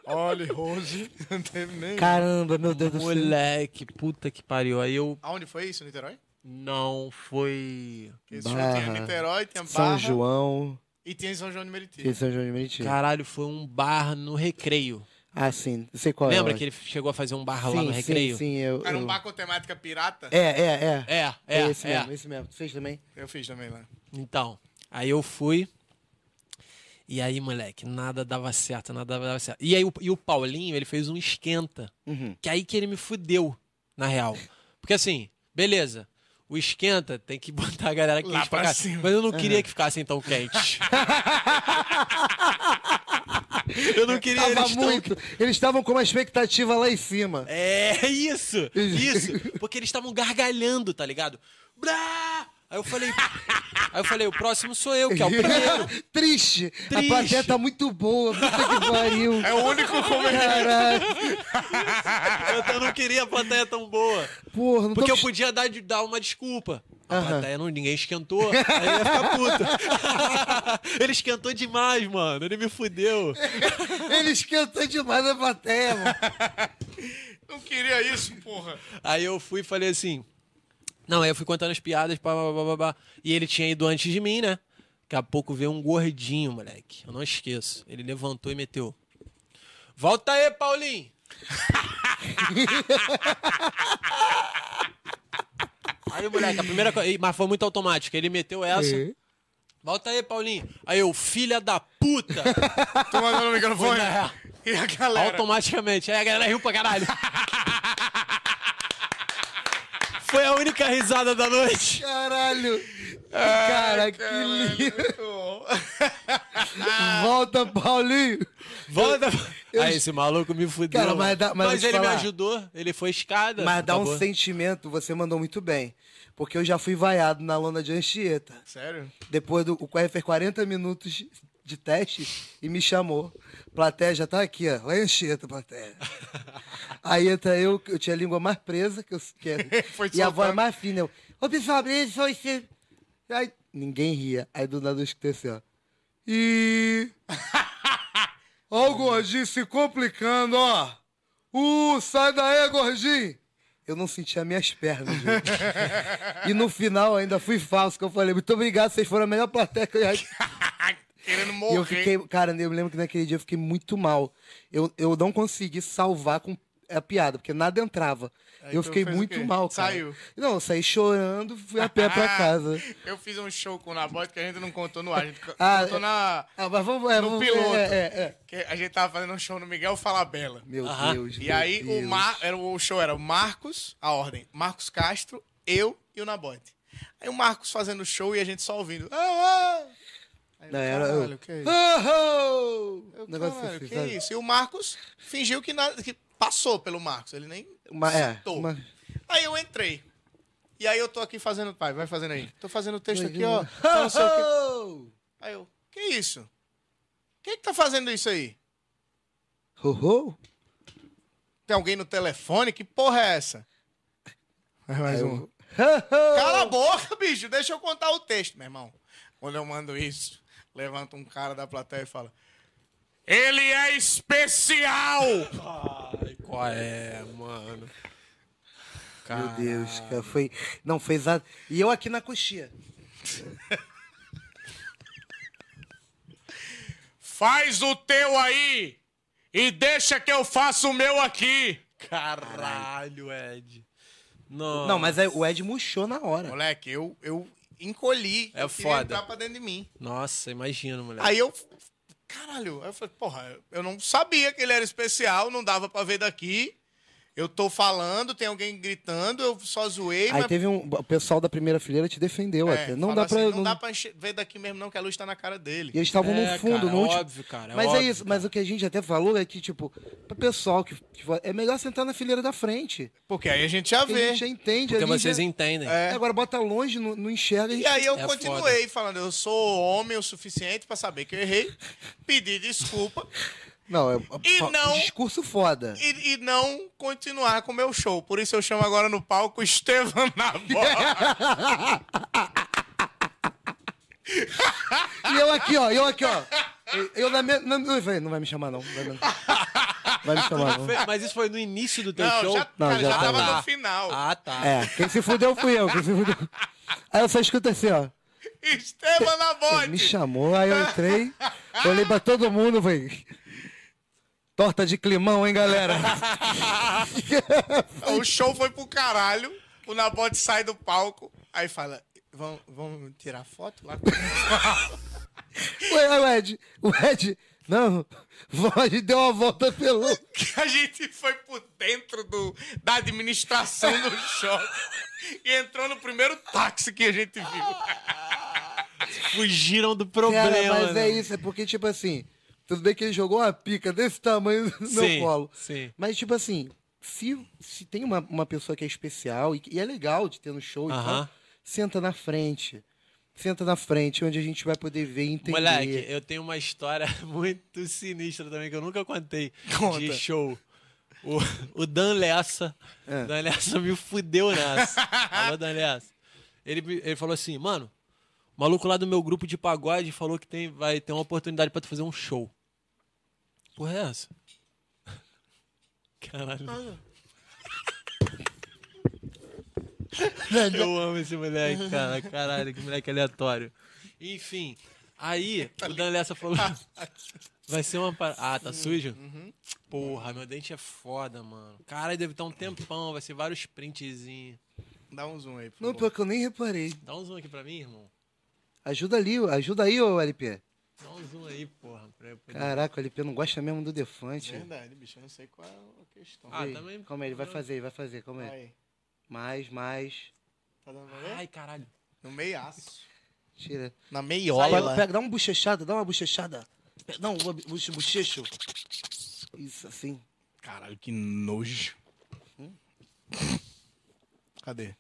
Olha, Rose. Não teve nem. Caramba, meu Deus do céu. Moleque, puta que pariu. Aí eu Aonde foi isso? Niterói? não foi. Porque esse show Barra. tinha Niterói, tinha Barra São João, e tinha em São João de Meriti. São João de Meriti. Caralho, foi um bar no recreio. Ah, sim, não sei qual é. Lembra eu que ele chegou a fazer um bar acho. lá sim, no recreio? Sim, sim, eu... Era um eu- bar com temática pirata? É, é, é. É, é, é. esse mesmo, esse mesmo. Tu fez também? Eu fiz também lá. Então, aí eu fui. E aí, moleque, nada dava certo, nada dava certo. E aí o, e o Paulinho, ele fez um esquenta. Uhum. Que aí que ele me fudeu, na real. Porque assim, beleza. O esquenta tem que botar a galera quente Lá pra cá. cima. Mas eu não queria que ficassem tão quentes. eu não queria Tava eles tão muito. Eles estavam com uma expectativa lá em cima. é isso! Isso! Porque eles estavam gargalhando, tá ligado? Brá! Aí eu falei. Aí eu falei, o próximo sou eu, que é o primeiro. Triste. A Triste. plateia tá muito boa. Puta que pariu. É o único comentário. Caralho. Eu não queria a plateia tão boa. Porra, não Porque tô... eu podia dar, de- dar uma desculpa. A Então, Aham. plateia não, ninguém esquentou. Aí eu ia ficar puto. Ele esquentou demais, mano. Ele me fudeu. Ele esquentou demais a plateia, mano. Não queria isso, porra. Aí eu fui e falei assim. Não, aí eu fui contando as piadas, pá, pá, pá, pá, pá. E ele tinha ido antes de mim, né? Daqui a pouco veio um gordinho, moleque. Eu não esqueço. Ele levantou e meteu. Volta aí, Paulinho! aí, moleque, a primeira coisa. Mas foi muito automático. Ele meteu essa. Uhum. Volta aí, Paulinho. Aí eu, filha da puta! Tô mandando o microfone. Foi na- E a galera. Automaticamente. Aí a galera riu pra caralho. Foi a única risada da noite. Caralho. Ai, Cara, que caralho, lindo. muito bom. Volta, Paulinho. Volta. Aí esse maluco me fudeu. Cara, mas dá- mas vou te ele me falar. ajudou, ele foi escada. Mas Tá dá um acabou. sentimento, você mandou muito bem. Porque eu já fui vaiado na lona de Anchieta. Sério? Depois do. O QR fez 40 minutos de teste e me chamou. Plateia já tá aqui, ó. Lá em Anchieta, plateia. Aí entra eu, que eu tinha a língua mais presa, que eu que é- Foi E a voz soltando. mais fina. Eu, Ô, pessoal, abre só esse. Aí, ninguém ria. Aí do nada eu escutei assim, ó. E. Ó o gordinho se complicando, ó. Uh, sai daí, gordinho. Eu não sentia minhas pernas, gente. e no final ainda fui falso, que eu falei, muito obrigado, vocês foram a melhor plateia que eu já Querendo morrer. e eu fiquei, cara, eu me lembro que naquele dia eu fiquei muito mal. Eu, eu não consegui salvar com a piada, porque nada entrava. Aí eu tu fiquei É, então fez o muito quê? mal, cara. Saiu. Não, eu saí chorando, fui a pé pra casa. Eu fiz um show com o Nabote que a gente não contou no ar. A gente co- Ah, contou é. na. Ah, mas vamos, é, No vamos- piloto. É, é, é. que a gente tava fazendo um show no Miguel Falabella. Meu Aham. Deus. E meu aí Deus. o, Mar, era, o show era o Marcos, a ordem, Marcos Castro, eu e o Nabote. Aí o Marcos fazendo o show e a gente só ouvindo. Ah, ah. Aí, eu, Não, era eu. "Caralho, que é isso? Oh, oh! Eu, Negócio "Caralho, assim, que sabe? é isso? E o Marcos fingiu que, nada, que passou pelo Marcos, ele nem Uma- é, citou. uma- Aí eu entrei. E aí eu tô aqui fazendo, pai, vai fazendo aí. Tô fazendo o texto aqui, ó. Tá, não sei o quê. Oh, Aí eu, que isso? Quem que tá fazendo isso aí? oh! Oh, oh! Tem alguém no telefone? Que porra é essa? Vai mais eu- um. Oh, Cala a boca, bicho. Deixa eu contar o texto, meu irmão. Quando eu mando isso, levanta um cara da plateia e fala: Ele é especial! Ai, qual é, mano? Meu Deus, cara, foi. Não, foi exato. E eu aqui na coxia. Faz o teu aí e deixa que eu faça o meu aqui. Caralho, Ed. Não, Não, mas aí o Ed murchou na hora. Moleque, eu, eu encolhi. É eu queria foda. É. entrar pra dentro de mim. Nossa, imagina, moleque. Aí eu. Caralho, aí eu falei, porra, eu não sabia que ele era especial, não dava pra ver daqui. Eu tô falando, tem alguém gritando, eu só zoei, Aí mas. teve um. O pessoal da primeira fileira te defendeu é, até. Não fala dá assim, pra. não dá pra enxer- ver daqui mesmo, não, que a luz tá na cara dele. E eles estavam É, no fundo, cara, no último. óbvio, cara, é mas é óbvio, isso, mas o que a gente até falou é que, tipo, pro pessoal que, que vo- é melhor sentar na fileira da frente. Porque aí a gente já Porque vê. a gente já entende Porque ali vocês já- entendem. É. Agora bota longe, não, não enxerga. a gente- E aí eu É continuei falando, eu sou homem o suficiente pra saber que eu errei, pedi desculpa Não, é E fa- não- discurso foda. e, e não continuar com o meu show. Por isso eu chamo agora no palco Estevam Navarro. E eu aqui, ó, eu aqui, ó. Eu, eu na minha. na- eu falei, não vai me chamar, não. Vai, me- vai me chamar, não. Foi- Tá Mas isso foi no início do teu Não, show? já, É, Não, cara, já já tá. tava Ah, tá. no final. Ah, tá. É, quem se fudeu fui eu, quem se fudeu. Aí eu só escuto assim, ó. Estevam Navarro. Me chamou, aí eu entrei, olhei pra todo mundo, falei. Torta de climão, hein, galera? O show foi pro caralho. O Nabote sai do palco. Aí fala: Vamos, vamos tirar foto lá? Ué, aí o Ed, o Ed, não, a gente deu uma volta pelo. Que a gente foi por dentro do, da administração do shopping e entrou no primeiro táxi que a gente viu. Fugiram do Cara, problema. mas né? é isso, é porque, tipo assim, tudo bem que ele jogou uma pica desse tamanho no Sim, meu colo. sim. Mas, tipo assim, se, se tem uma, uma pessoa que é especial e, que- e é legal de ter no show e Aham. tal, senta na frente. Senta na frente, onde a gente vai poder ver e entender. Moleque, eu tenho uma história muito sinistra também que eu nunca contei de show. O, o Dan Lessa. Dan Lessa me fudeu nessa. Alô, Dan Lessa. Ele, me- ele falou assim, mano, o maluco lá do meu grupo de pagode falou que tem, vai ter uma oportunidade pra tu fazer um show. Porra é essa? Caralho. Eu amo esse moleque, cara. Caralho, que moleque aleatório. Enfim, aí o Dan Lessa falou. Vai ser uma parada. Ah, tá sujo? Uhum. Porra, meu dente é foda, mano. Cara, deve estar um tempão, vai ser vários printzinhos. Dá um zoom aí. Por Não, favor. pior que eu nem reparei. Dá um zoom aqui pra mim, irmão. Ajuda ali, ó, ajuda aí, ô LP. Dá um zoom aí, porra. pra eu poder- Caraca, o LP não gosta mesmo do Defante. Verdade, bicho. Eu não sei qual é a questão. Ah, Ei, também- Calma aí, ele vai fazer, ele vai fazer, calma aí. Aí. Mais, mais. Tá dando pra ver? Ai, caralho. No meiaço. Tira. Na Pega, meiola. pega, dá uma bochechada, dá uma bochechada. Pe- Não, bu- bu- bochecho. Isso, assim. Caralho, que nojo. Hum? Cadê?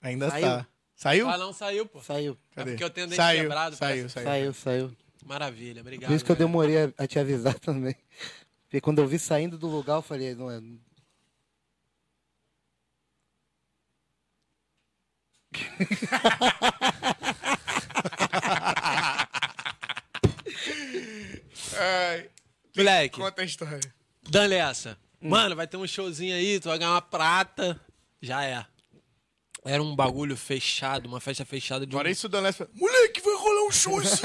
Ainda Saiu? tá. Saiu? Ah, não, saiu, pô. Saiu, Cadê? É porque eu tenho dente saiu, quebrado, Saiu, saiu. saiu, saiu. Maravilha, obrigado. Por isso que eu velho. demorei a, a te avisar também. Porque quando eu vi saindo do lugar, eu falei, não é. um- Moleque, Conta a história. dando essa. Hum. Mano, vai ter um showzinho aí, tu vai ganhar uma prata. Já é. Era um bagulho fechado, uma festa fechada de um... Agora isso o Danless fala, moleque, vai rolar um show assim.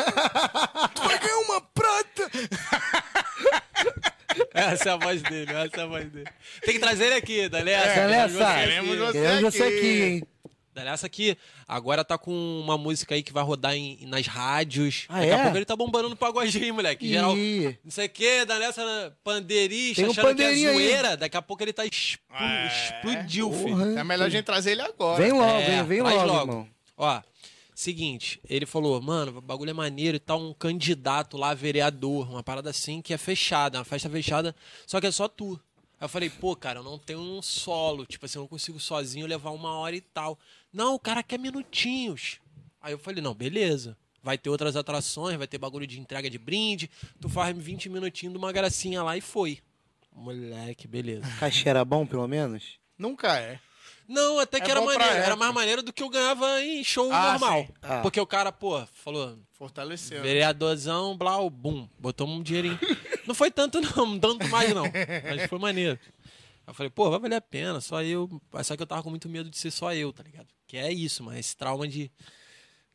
tu vai ganhar uma prata. Essa é a voz dele, essa é a voz dele. Tem que trazer ele aqui, Dalessa. Dalessa. Queremos você Queremos você aqui. aqui, hein? Dalessa aqui, agora tá com uma música aí que vai rodar em, nas rádios. Ah, Daqui é? a pouco ele tá bombando no pagodinho, moleque. Geral, Ih. não sei o que, Dalessa né? pandeirista, Tem um achando que é pandeirinho aí. zoeira. Daqui a pouco ele tá expl- Ah, é? explodiu, filho. tá Porra. É melhor a gente trazer ele agora. Vem logo, É, vem, vem faz logo, irmão. Ó, seguinte, ele falou, mano, o bagulho é maneiro e tal, um candidato lá, vereador, uma parada assim que é fechada, uma festa fechada, só que é só tu. Aí eu falei, pô, cara, eu não tenho um solo, tipo assim, eu não consigo sozinho levar uma hora e tal. Não, o cara quer minutinhos. Aí eu falei, não, beleza. Vai ter outras atrações, vai ter bagulho de entrega de brinde, tu faz 20 minutinhos de uma gracinha lá e foi. Moleque, beleza. Cachê era bom, pelo menos? Nunca é. Não, até que É era bom pra maneiro. Era época. mais maneiro do que eu ganhava em show Ah, normal. sim. Ah. Porque o cara, pô, falou, Fortaleceu. vereadorzão, blau, bum, botou um dinheirinho. não foi tanto, não, não tanto mais, não. Mas foi maneiro. Aí Eu falei, pô, vai valer a pena, só eu. Mas Só que eu tava com muito medo de ser só eu, tá ligado? Que é isso, mano. Esse trauma de.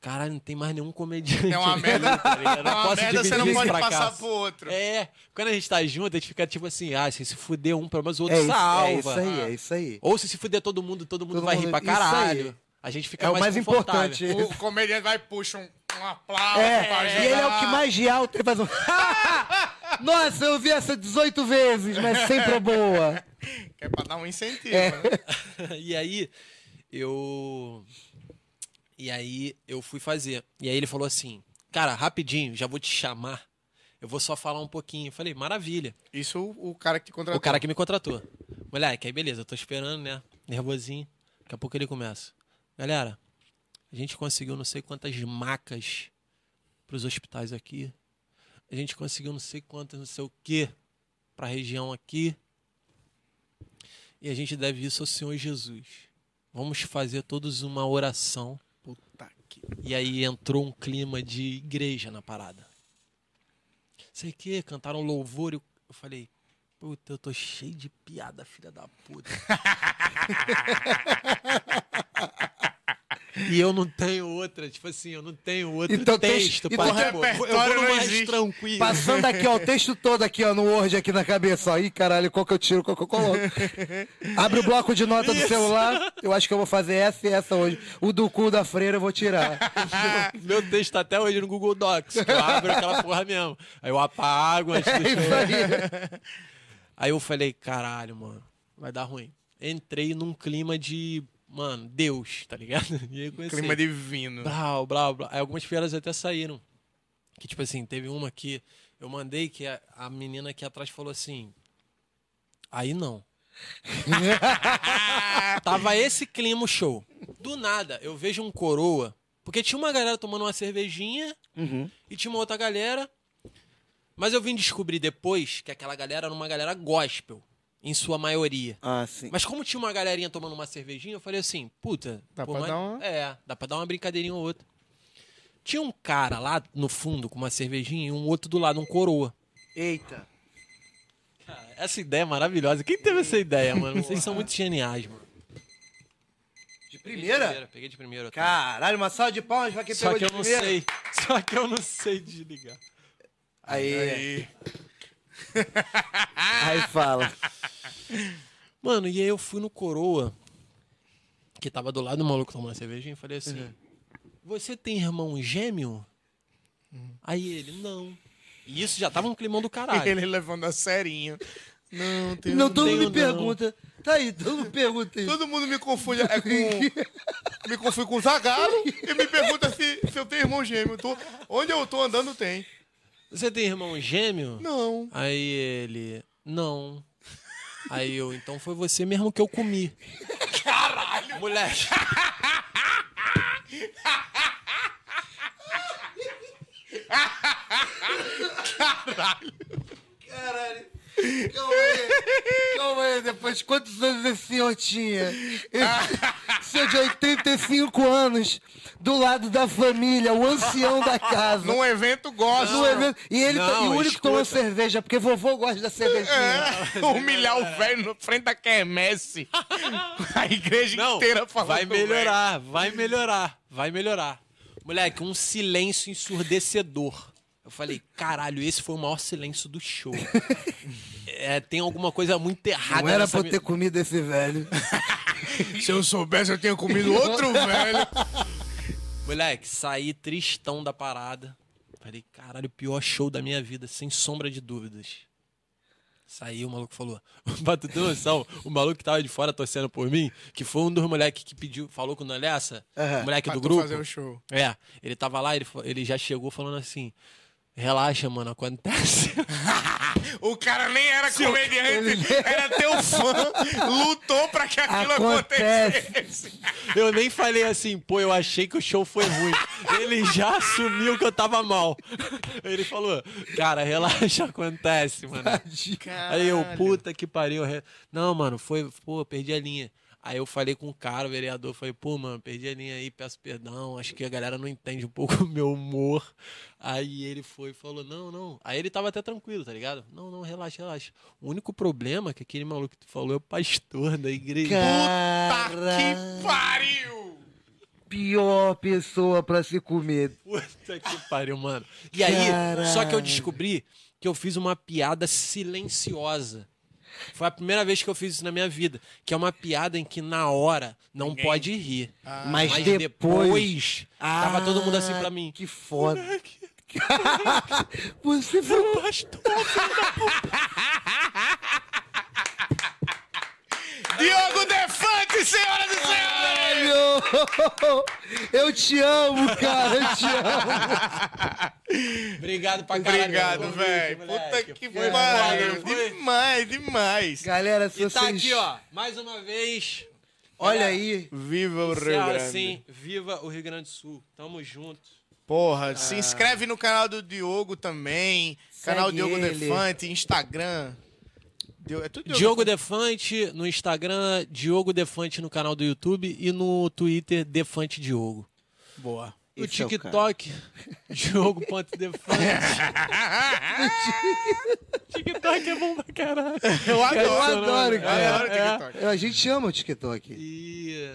Caralho, não tem mais nenhum comediante. É uma ali, merda. tá ligado? Eu É uma posso merda, você dividir não esse pode passar fracasso. pro outro. É, quando a gente tá junto, a gente fica tipo assim, ah, se se fuder um, pelo menos o outro é, isso, salva. é isso aí, é isso aí. Ou se se fuder todo mundo, todo mundo Todo vai mundo- é rir pra isso aí. caralho. A gente fica É o mais mais confortável. importante. O comediante vai e puxa um, um aplauso É, tá pra ajudar. e ele é o que mais de alto, ele faz um... Nossa, eu vi essa 18 vezes, mas sempre é boa. Que é pra dar um incentivo, É. né? e aí, eu. E aí, eu fui fazer. E aí, ele falou assim: Cara, rapidinho, já vou te chamar. Eu vou só falar um pouquinho. Eu falei: Maravilha. Isso o o cara que te contratou. O cara que me contratou. Moleque, aí beleza, eu tô esperando, né? Nervosinho. Daqui a pouco ele começa. Galera, a gente conseguiu não sei quantas macas pros hospitais aqui. A gente conseguiu não sei quantas, não sei o quê, pra região aqui. E a gente deve isso ao Senhor Jesus. Vamos fazer todos uma oração. Puta que... E aí entrou um clima de igreja na parada. Sei que, cantaram louvor. e Eu eu falei, puta, eu tô cheio de piada, filha da puta. e eu não tenho outra, tipo assim, eu não tenho outro Então tem- texto então pra tem- repor. Eu vou repertório no não mais existe. tranquilo. Passando aqui, ó, o texto todo aqui, ó, no Word aqui na cabeça, ó. Ih, caralho, qual que eu tiro, qual que eu coloco? Abre o bloco de nota do celular, eu acho que eu vou fazer essa e essa hoje. O do cu da freira eu vou tirar. Meu texto tá até hoje no Google Docs, que eu abro aquela porra mesmo. Aí eu apago antes É do show. isso aí. Aí eu falei, caralho, mano, vai dar ruim. Entrei num clima de, mano, Deus, tá ligado? E aí eu comecei, Clima divino. Brau, brau, brau. Aí algumas piadas até saíram. Que, tipo assim, teve uma que eu mandei que a, a menina aqui atrás falou assim, aí não. Tava esse clima o show. Do nada, eu vejo um coroa, porque tinha uma galera tomando uma cervejinha e tinha uma outra galera. Mas eu vim descobrir depois que aquela galera era uma galera gospel, em sua maioria. Ah, sim. Mas como tinha uma galerinha tomando uma cervejinha, eu falei assim, puta, Dá por pra dar uma- É, dá pra dar uma brincadeirinha ou outra. Tinha um cara lá no fundo com uma cervejinha e um outro do lado, um coroa. Eita. Cara, Essa ideia é maravilhosa. Quem teve essa ideia, mano? Vocês são muito geniais, mano. De Peguei de primeira? Peguei de primeira. tá? Caralho, uma salva de palmas pra quem Só pegou que eu de não primeira. sei. Só que eu não sei desligar. Aí, Aí. aí fala. Mano, e aí eu fui no Coroa, que tava do lado do maluco tomando cervejinha, e falei assim: Uhum. Você tem irmão gêmeo? Uhum. Aí ele, não. E isso já tava um climão do caralho. Ele levando a serinho. Não, tem... Não, todo tenho, mundo não. me pergunta. Tá aí, todo mundo pergunta isso. Todo mundo me confunde é, com... me confunde com o Zagalo e me pergunta se, se eu tenho irmão gêmeo. Eu tô- Onde eu tô andando tem. Você tem irmão gêmeo? Não. Aí ele, não. Aí eu, então foi você mesmo que eu comi. Caralho! Moleque! Caralho. Calma aí. Calma aí, depois quantos anos esse senhor tinha? Seu de 85 anos, do lado da família, o ancião da casa. Num evento gosto. né? No evento- E ele é Não, é tá- e o único que escuta. tomou cerveja, porque vovô gosta da cervejinha. É, humilhar o velho na frente da quermesse. A igreja Não, inteira falando. vai do velho. melhorar, vai melhorar, vai melhorar. Moleque, um silêncio ensurdecedor. Eu falei, caralho, esse foi o maior silêncio do show. É, tem alguma coisa muito errada Não era nessa pra eu me- ter comido esse velho. Se eu soubesse, eu tinha comido outro velho. Moleque, saí tristão da parada. Falei, caralho, o pior show da minha vida, sem sombra de dúvidas. Saí, o maluco falou. pra tu ter noção, o maluco que tava de fora torcendo por mim, que foi um dos moleques que pediu, falou com o Nalessa, Aham. o moleque Pra do tu grupo. fazer o show. É, ele tava lá, ele, fa- ele já chegou falando assim: relaxa, mano, acontece. O cara nem era comediante, era teu fã. Lutou pra que aquilo Acontece. acontecesse. Eu nem falei assim, pô, eu achei que o show foi ruim. Ele já assumiu que eu tava mal. Ele falou, cara, relaxa, acontece, mano. Aí eu, puta que pariu. re- Não, mano, foi, pô, perdi a linha. Aí eu falei com o cara, o vereador, falei, pô, mano, perdi a linha aí, peço perdão, acho que a galera não entende um pouco o meu humor. Aí ele foi e falou, não, não. Aí ele tava até tranquilo, tá ligado? Não, não, relaxa, relaxa. O único problema é que aquele maluco que tu falou é o pastor da igreja. Tá Cara, que pariu! pior pessoa pra se comer. Puta que pariu, mano. E aí, Caralho. só que eu descobri que eu fiz uma piada silenciosa. Foi a primeira vez que eu fiz isso na minha vida. Que é uma piada em que na hora não pode rir. Ah. Mas depois- tava todo mundo assim pra Ah, mim. Que foda. Você foi um Pastor, Diogo Defante, senhoras e senhores! velho! Eu te amo, cara, eu te amo. obrigado pra caralho. Obrigado, Convite, velho. Puta moleque. que Foi pariu. maneiro, foi? Demais, demais. Galera, se E tá vocês... aqui, ó, mais uma vez. Olha aí. Viva o Rio Encerra Grande. assim, viva o Rio Grande do Sul. Tamo junto. Porra, se Ah. inscreve no canal do Diogo também. Segue canal Diogo ele. Defante, Instagram. Dio- É tudo Diogo Defante no Instagram, Diogo Defante no canal do YouTube e no Twitter Defante Diogo. Boa. No Esse é o TikTok, Diogo.defante. TikTok é bom pra caralho. Eu adoro. Eu adoro, Eu adoro cara. É. TikTok. A gente ama o TikTok. E.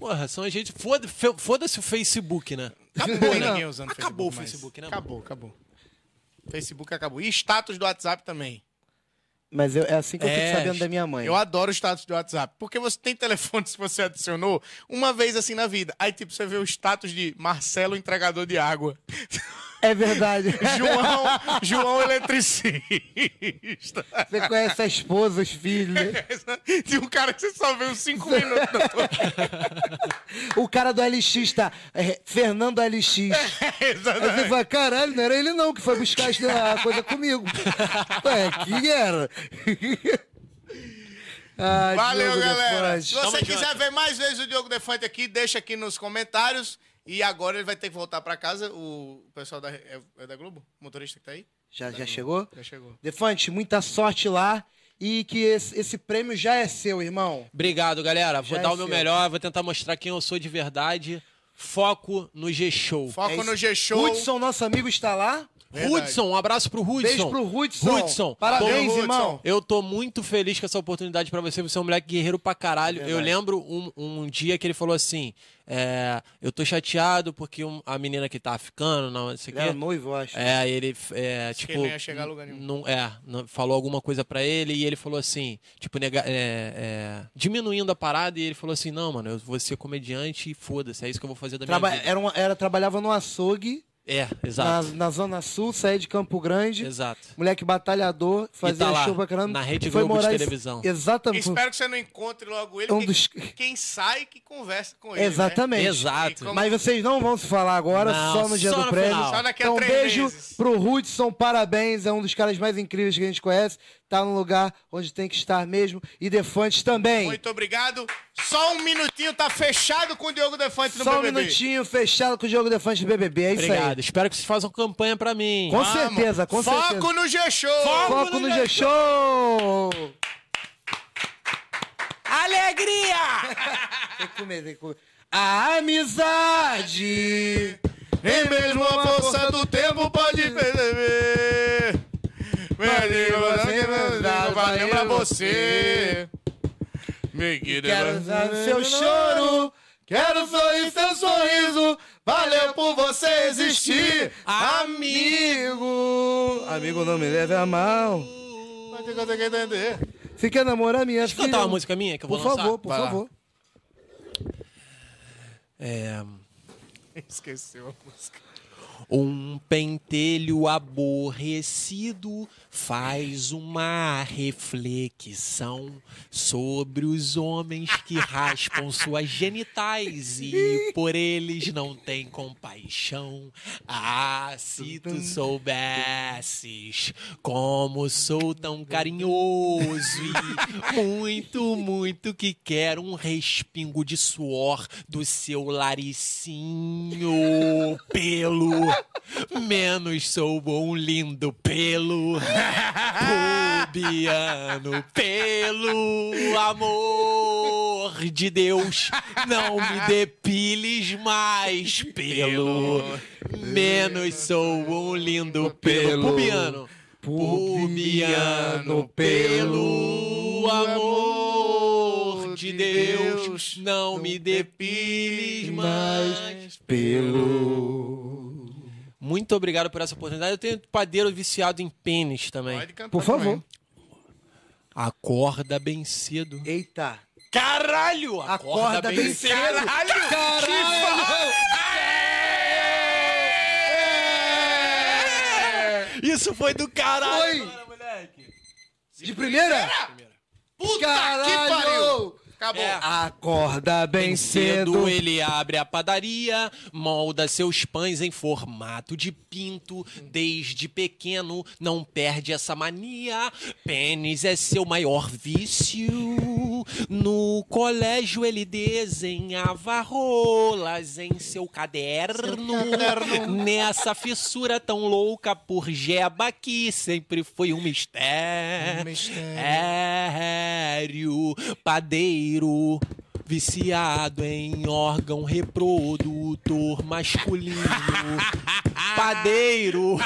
Porra, são a gente. Foda- fe- Foda-se o Facebook, né? Acabou, né? Não, Ninguém usando acabou o mais. Facebook, né, mano? Acabou, acabou. Facebook acabou. E status do WhatsApp também. Mas eu- é assim que eu É, fico sabendo da minha mãe. Eu adoro o status do WhatsApp. Porque você tem telefone se você adicionou uma vez assim na vida. Aí, tipo, você vê o status de Marcelo, entregador de água. É verdade. João, João eletricista. Você conhece a esposa, os filhos. né? De um cara que você só vê uns 5 minutos. na tua vida. O cara do LX tá. é, Fernando LX. Aí Exatamente. você fala, caralho, não era ele não que foi buscar as- a coisa comigo. Ué, quem era? Ai, Valeu, Diogo galera. Defante. Se você Tamo quiser ver mais vezes o Diogo Defante aqui, deixa aqui nos comentários. E agora ele vai ter que voltar pra casa. O pessoal da, é, é da Globo? O motorista que tá aí? Já, já chegou? Já chegou. Defante, muita sorte lá e que esse, esse prêmio já é seu, irmão. Obrigado, galera. Vou Já dar é o meu seu. melhor, vou tentar mostrar quem eu sou de verdade. Foco no G-Show. Foco É isso. no G-Show. Hudson, nosso amigo, está lá. Verdade. Hudson, um abraço pro Hudson. Beijo pro Hudson. Hudson. Parabéns, Valeu, Hudson. irmão. Eu tô muito feliz com essa oportunidade pra você. Você é um moleque guerreiro pra caralho. Eu lembro um, um dia que ele falou assim: é, Eu tô chateado porque um- a menina que tá ficando, não, não sei o Ele era quê. noivo, eu acho. É, ele, é, tipo. ele não ia chegar a lugar nenhum. não- é, não- falou alguma coisa pra ele e ele falou assim, tipo, nega, é, é, diminuindo a parada e ele falou assim: Não, mano, eu vou ser comediante e foda-se, é isso que eu vou fazer da minha Traba- vida. era, uma- era- trabalhava no açougue, É, na, exato. na Zona Sul, saía de Campo Grande. Exato. Moleque batalhador, fazia tá lá, show pra caramba. na Rede foi Globo de morar em- televisão. Exatamente. Espero que você não encontre logo ele. Um porque dos- Quem sai que conversa com né? ele. né? Exatamente. Exato. Como- Mas vocês não vão se falar agora, Não, só no dia só do no prêmio. final. Só daqui a então, três beijo meses. pro Hudson, parabéns, é um dos caras mais incríveis que a gente conhece. Tá no lugar onde tem que estar mesmo. E Defantes Né? também. Muito obrigado. Só um minutinho, tá fechado com o Diogo Defante no só um BBB. minutinho, fechado com o jogo Defantes do BBB. É isso Obrigado. aí. Espero que vocês façam campanha pra mim. Com Vamos. certeza, com Foco certeza. no G-Show. Foco no G-Show! Alegria! Tem que comer, tem que comer. A amizade! Nem mesmo a força do tempo pode perceber. Meu amigo, você não dá pra lembrar você. Me Quero queira. usar o seu choro! Quero sorrir seu sorriso. Valeu por você existir, Ah, Ah, Amigo! Amigo, não me leve a mal. Mas tem coisa que entender. Você quer namorar minha Deixa eu filha? cantar uma música minha que eu vou Por lançar. favor, por Vai lá. favor. É, Esqueceu a música. um pentelho aborrecido faz uma reflexão sobre os homens que raspam suas genitais e por eles não tem compaixão. Ah, se tu soubesses como sou tão carinhoso e muito, muito que quero um respingo de suor do seu laricinho pelo. Menos sou um lindo pelo. Pubiano, pelo amor de Deus, não me depiles mais pelo. Menos sou um lindo pelo. Pubiano. Pubiano, pelo amor de Deus, não me depiles mais. Pelo. Muito obrigado por essa oportunidade. Eu tenho padeiro viciado em pênis também. Pode cantar Por favor. também. Acorda bem cedo. Eita. Caralho! Acorda, bem, cedo. Caralho! Isso foi do caralho! Foi. De primeira? Puta Caralho! Acabou. É. Acorda bem Bem cedo cedo. ele abre a padaria, molda seus pães em formato de pinto. Desde pequeno não perde essa mania. Pênis é seu maior vício. No colégio ele desenhava rolas em seu caderno. Nessa fissura tão louca por Jeba que sempre foi um mistério. Sério, padeiro. Viciado em órgão reprodutor masculino. Padeiro.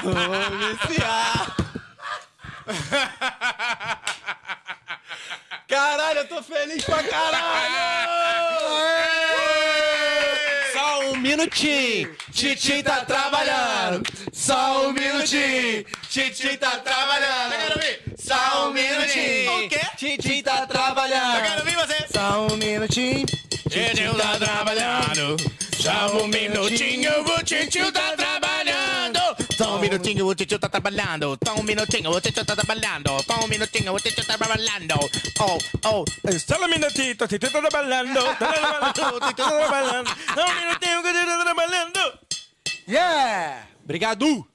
Viciado. Caralho, eu tô feliz pra caralho! Só um minutinho, Titi tá trabalhando. Só um minutinho, Titi tá trabalhando. Eu quero ver. Só um minutinho, O quê? Titi tá trabalhando. vir você. Só um minutinho. Titio tá trabalhando. Só um minutinho, o titio tá trabalhando. Só um minutinho, o titio tá trabalhando. Só um minutinho, o titio tá trabalhando. Só um minutinho, o titio tá trabalhando. Oh, oh. Só um minutinho, tô tentando trabalhando, tô trabalhando, tô trabalhando. Só um minutinho que eu tô trabalhando. Yeah! Obrigado.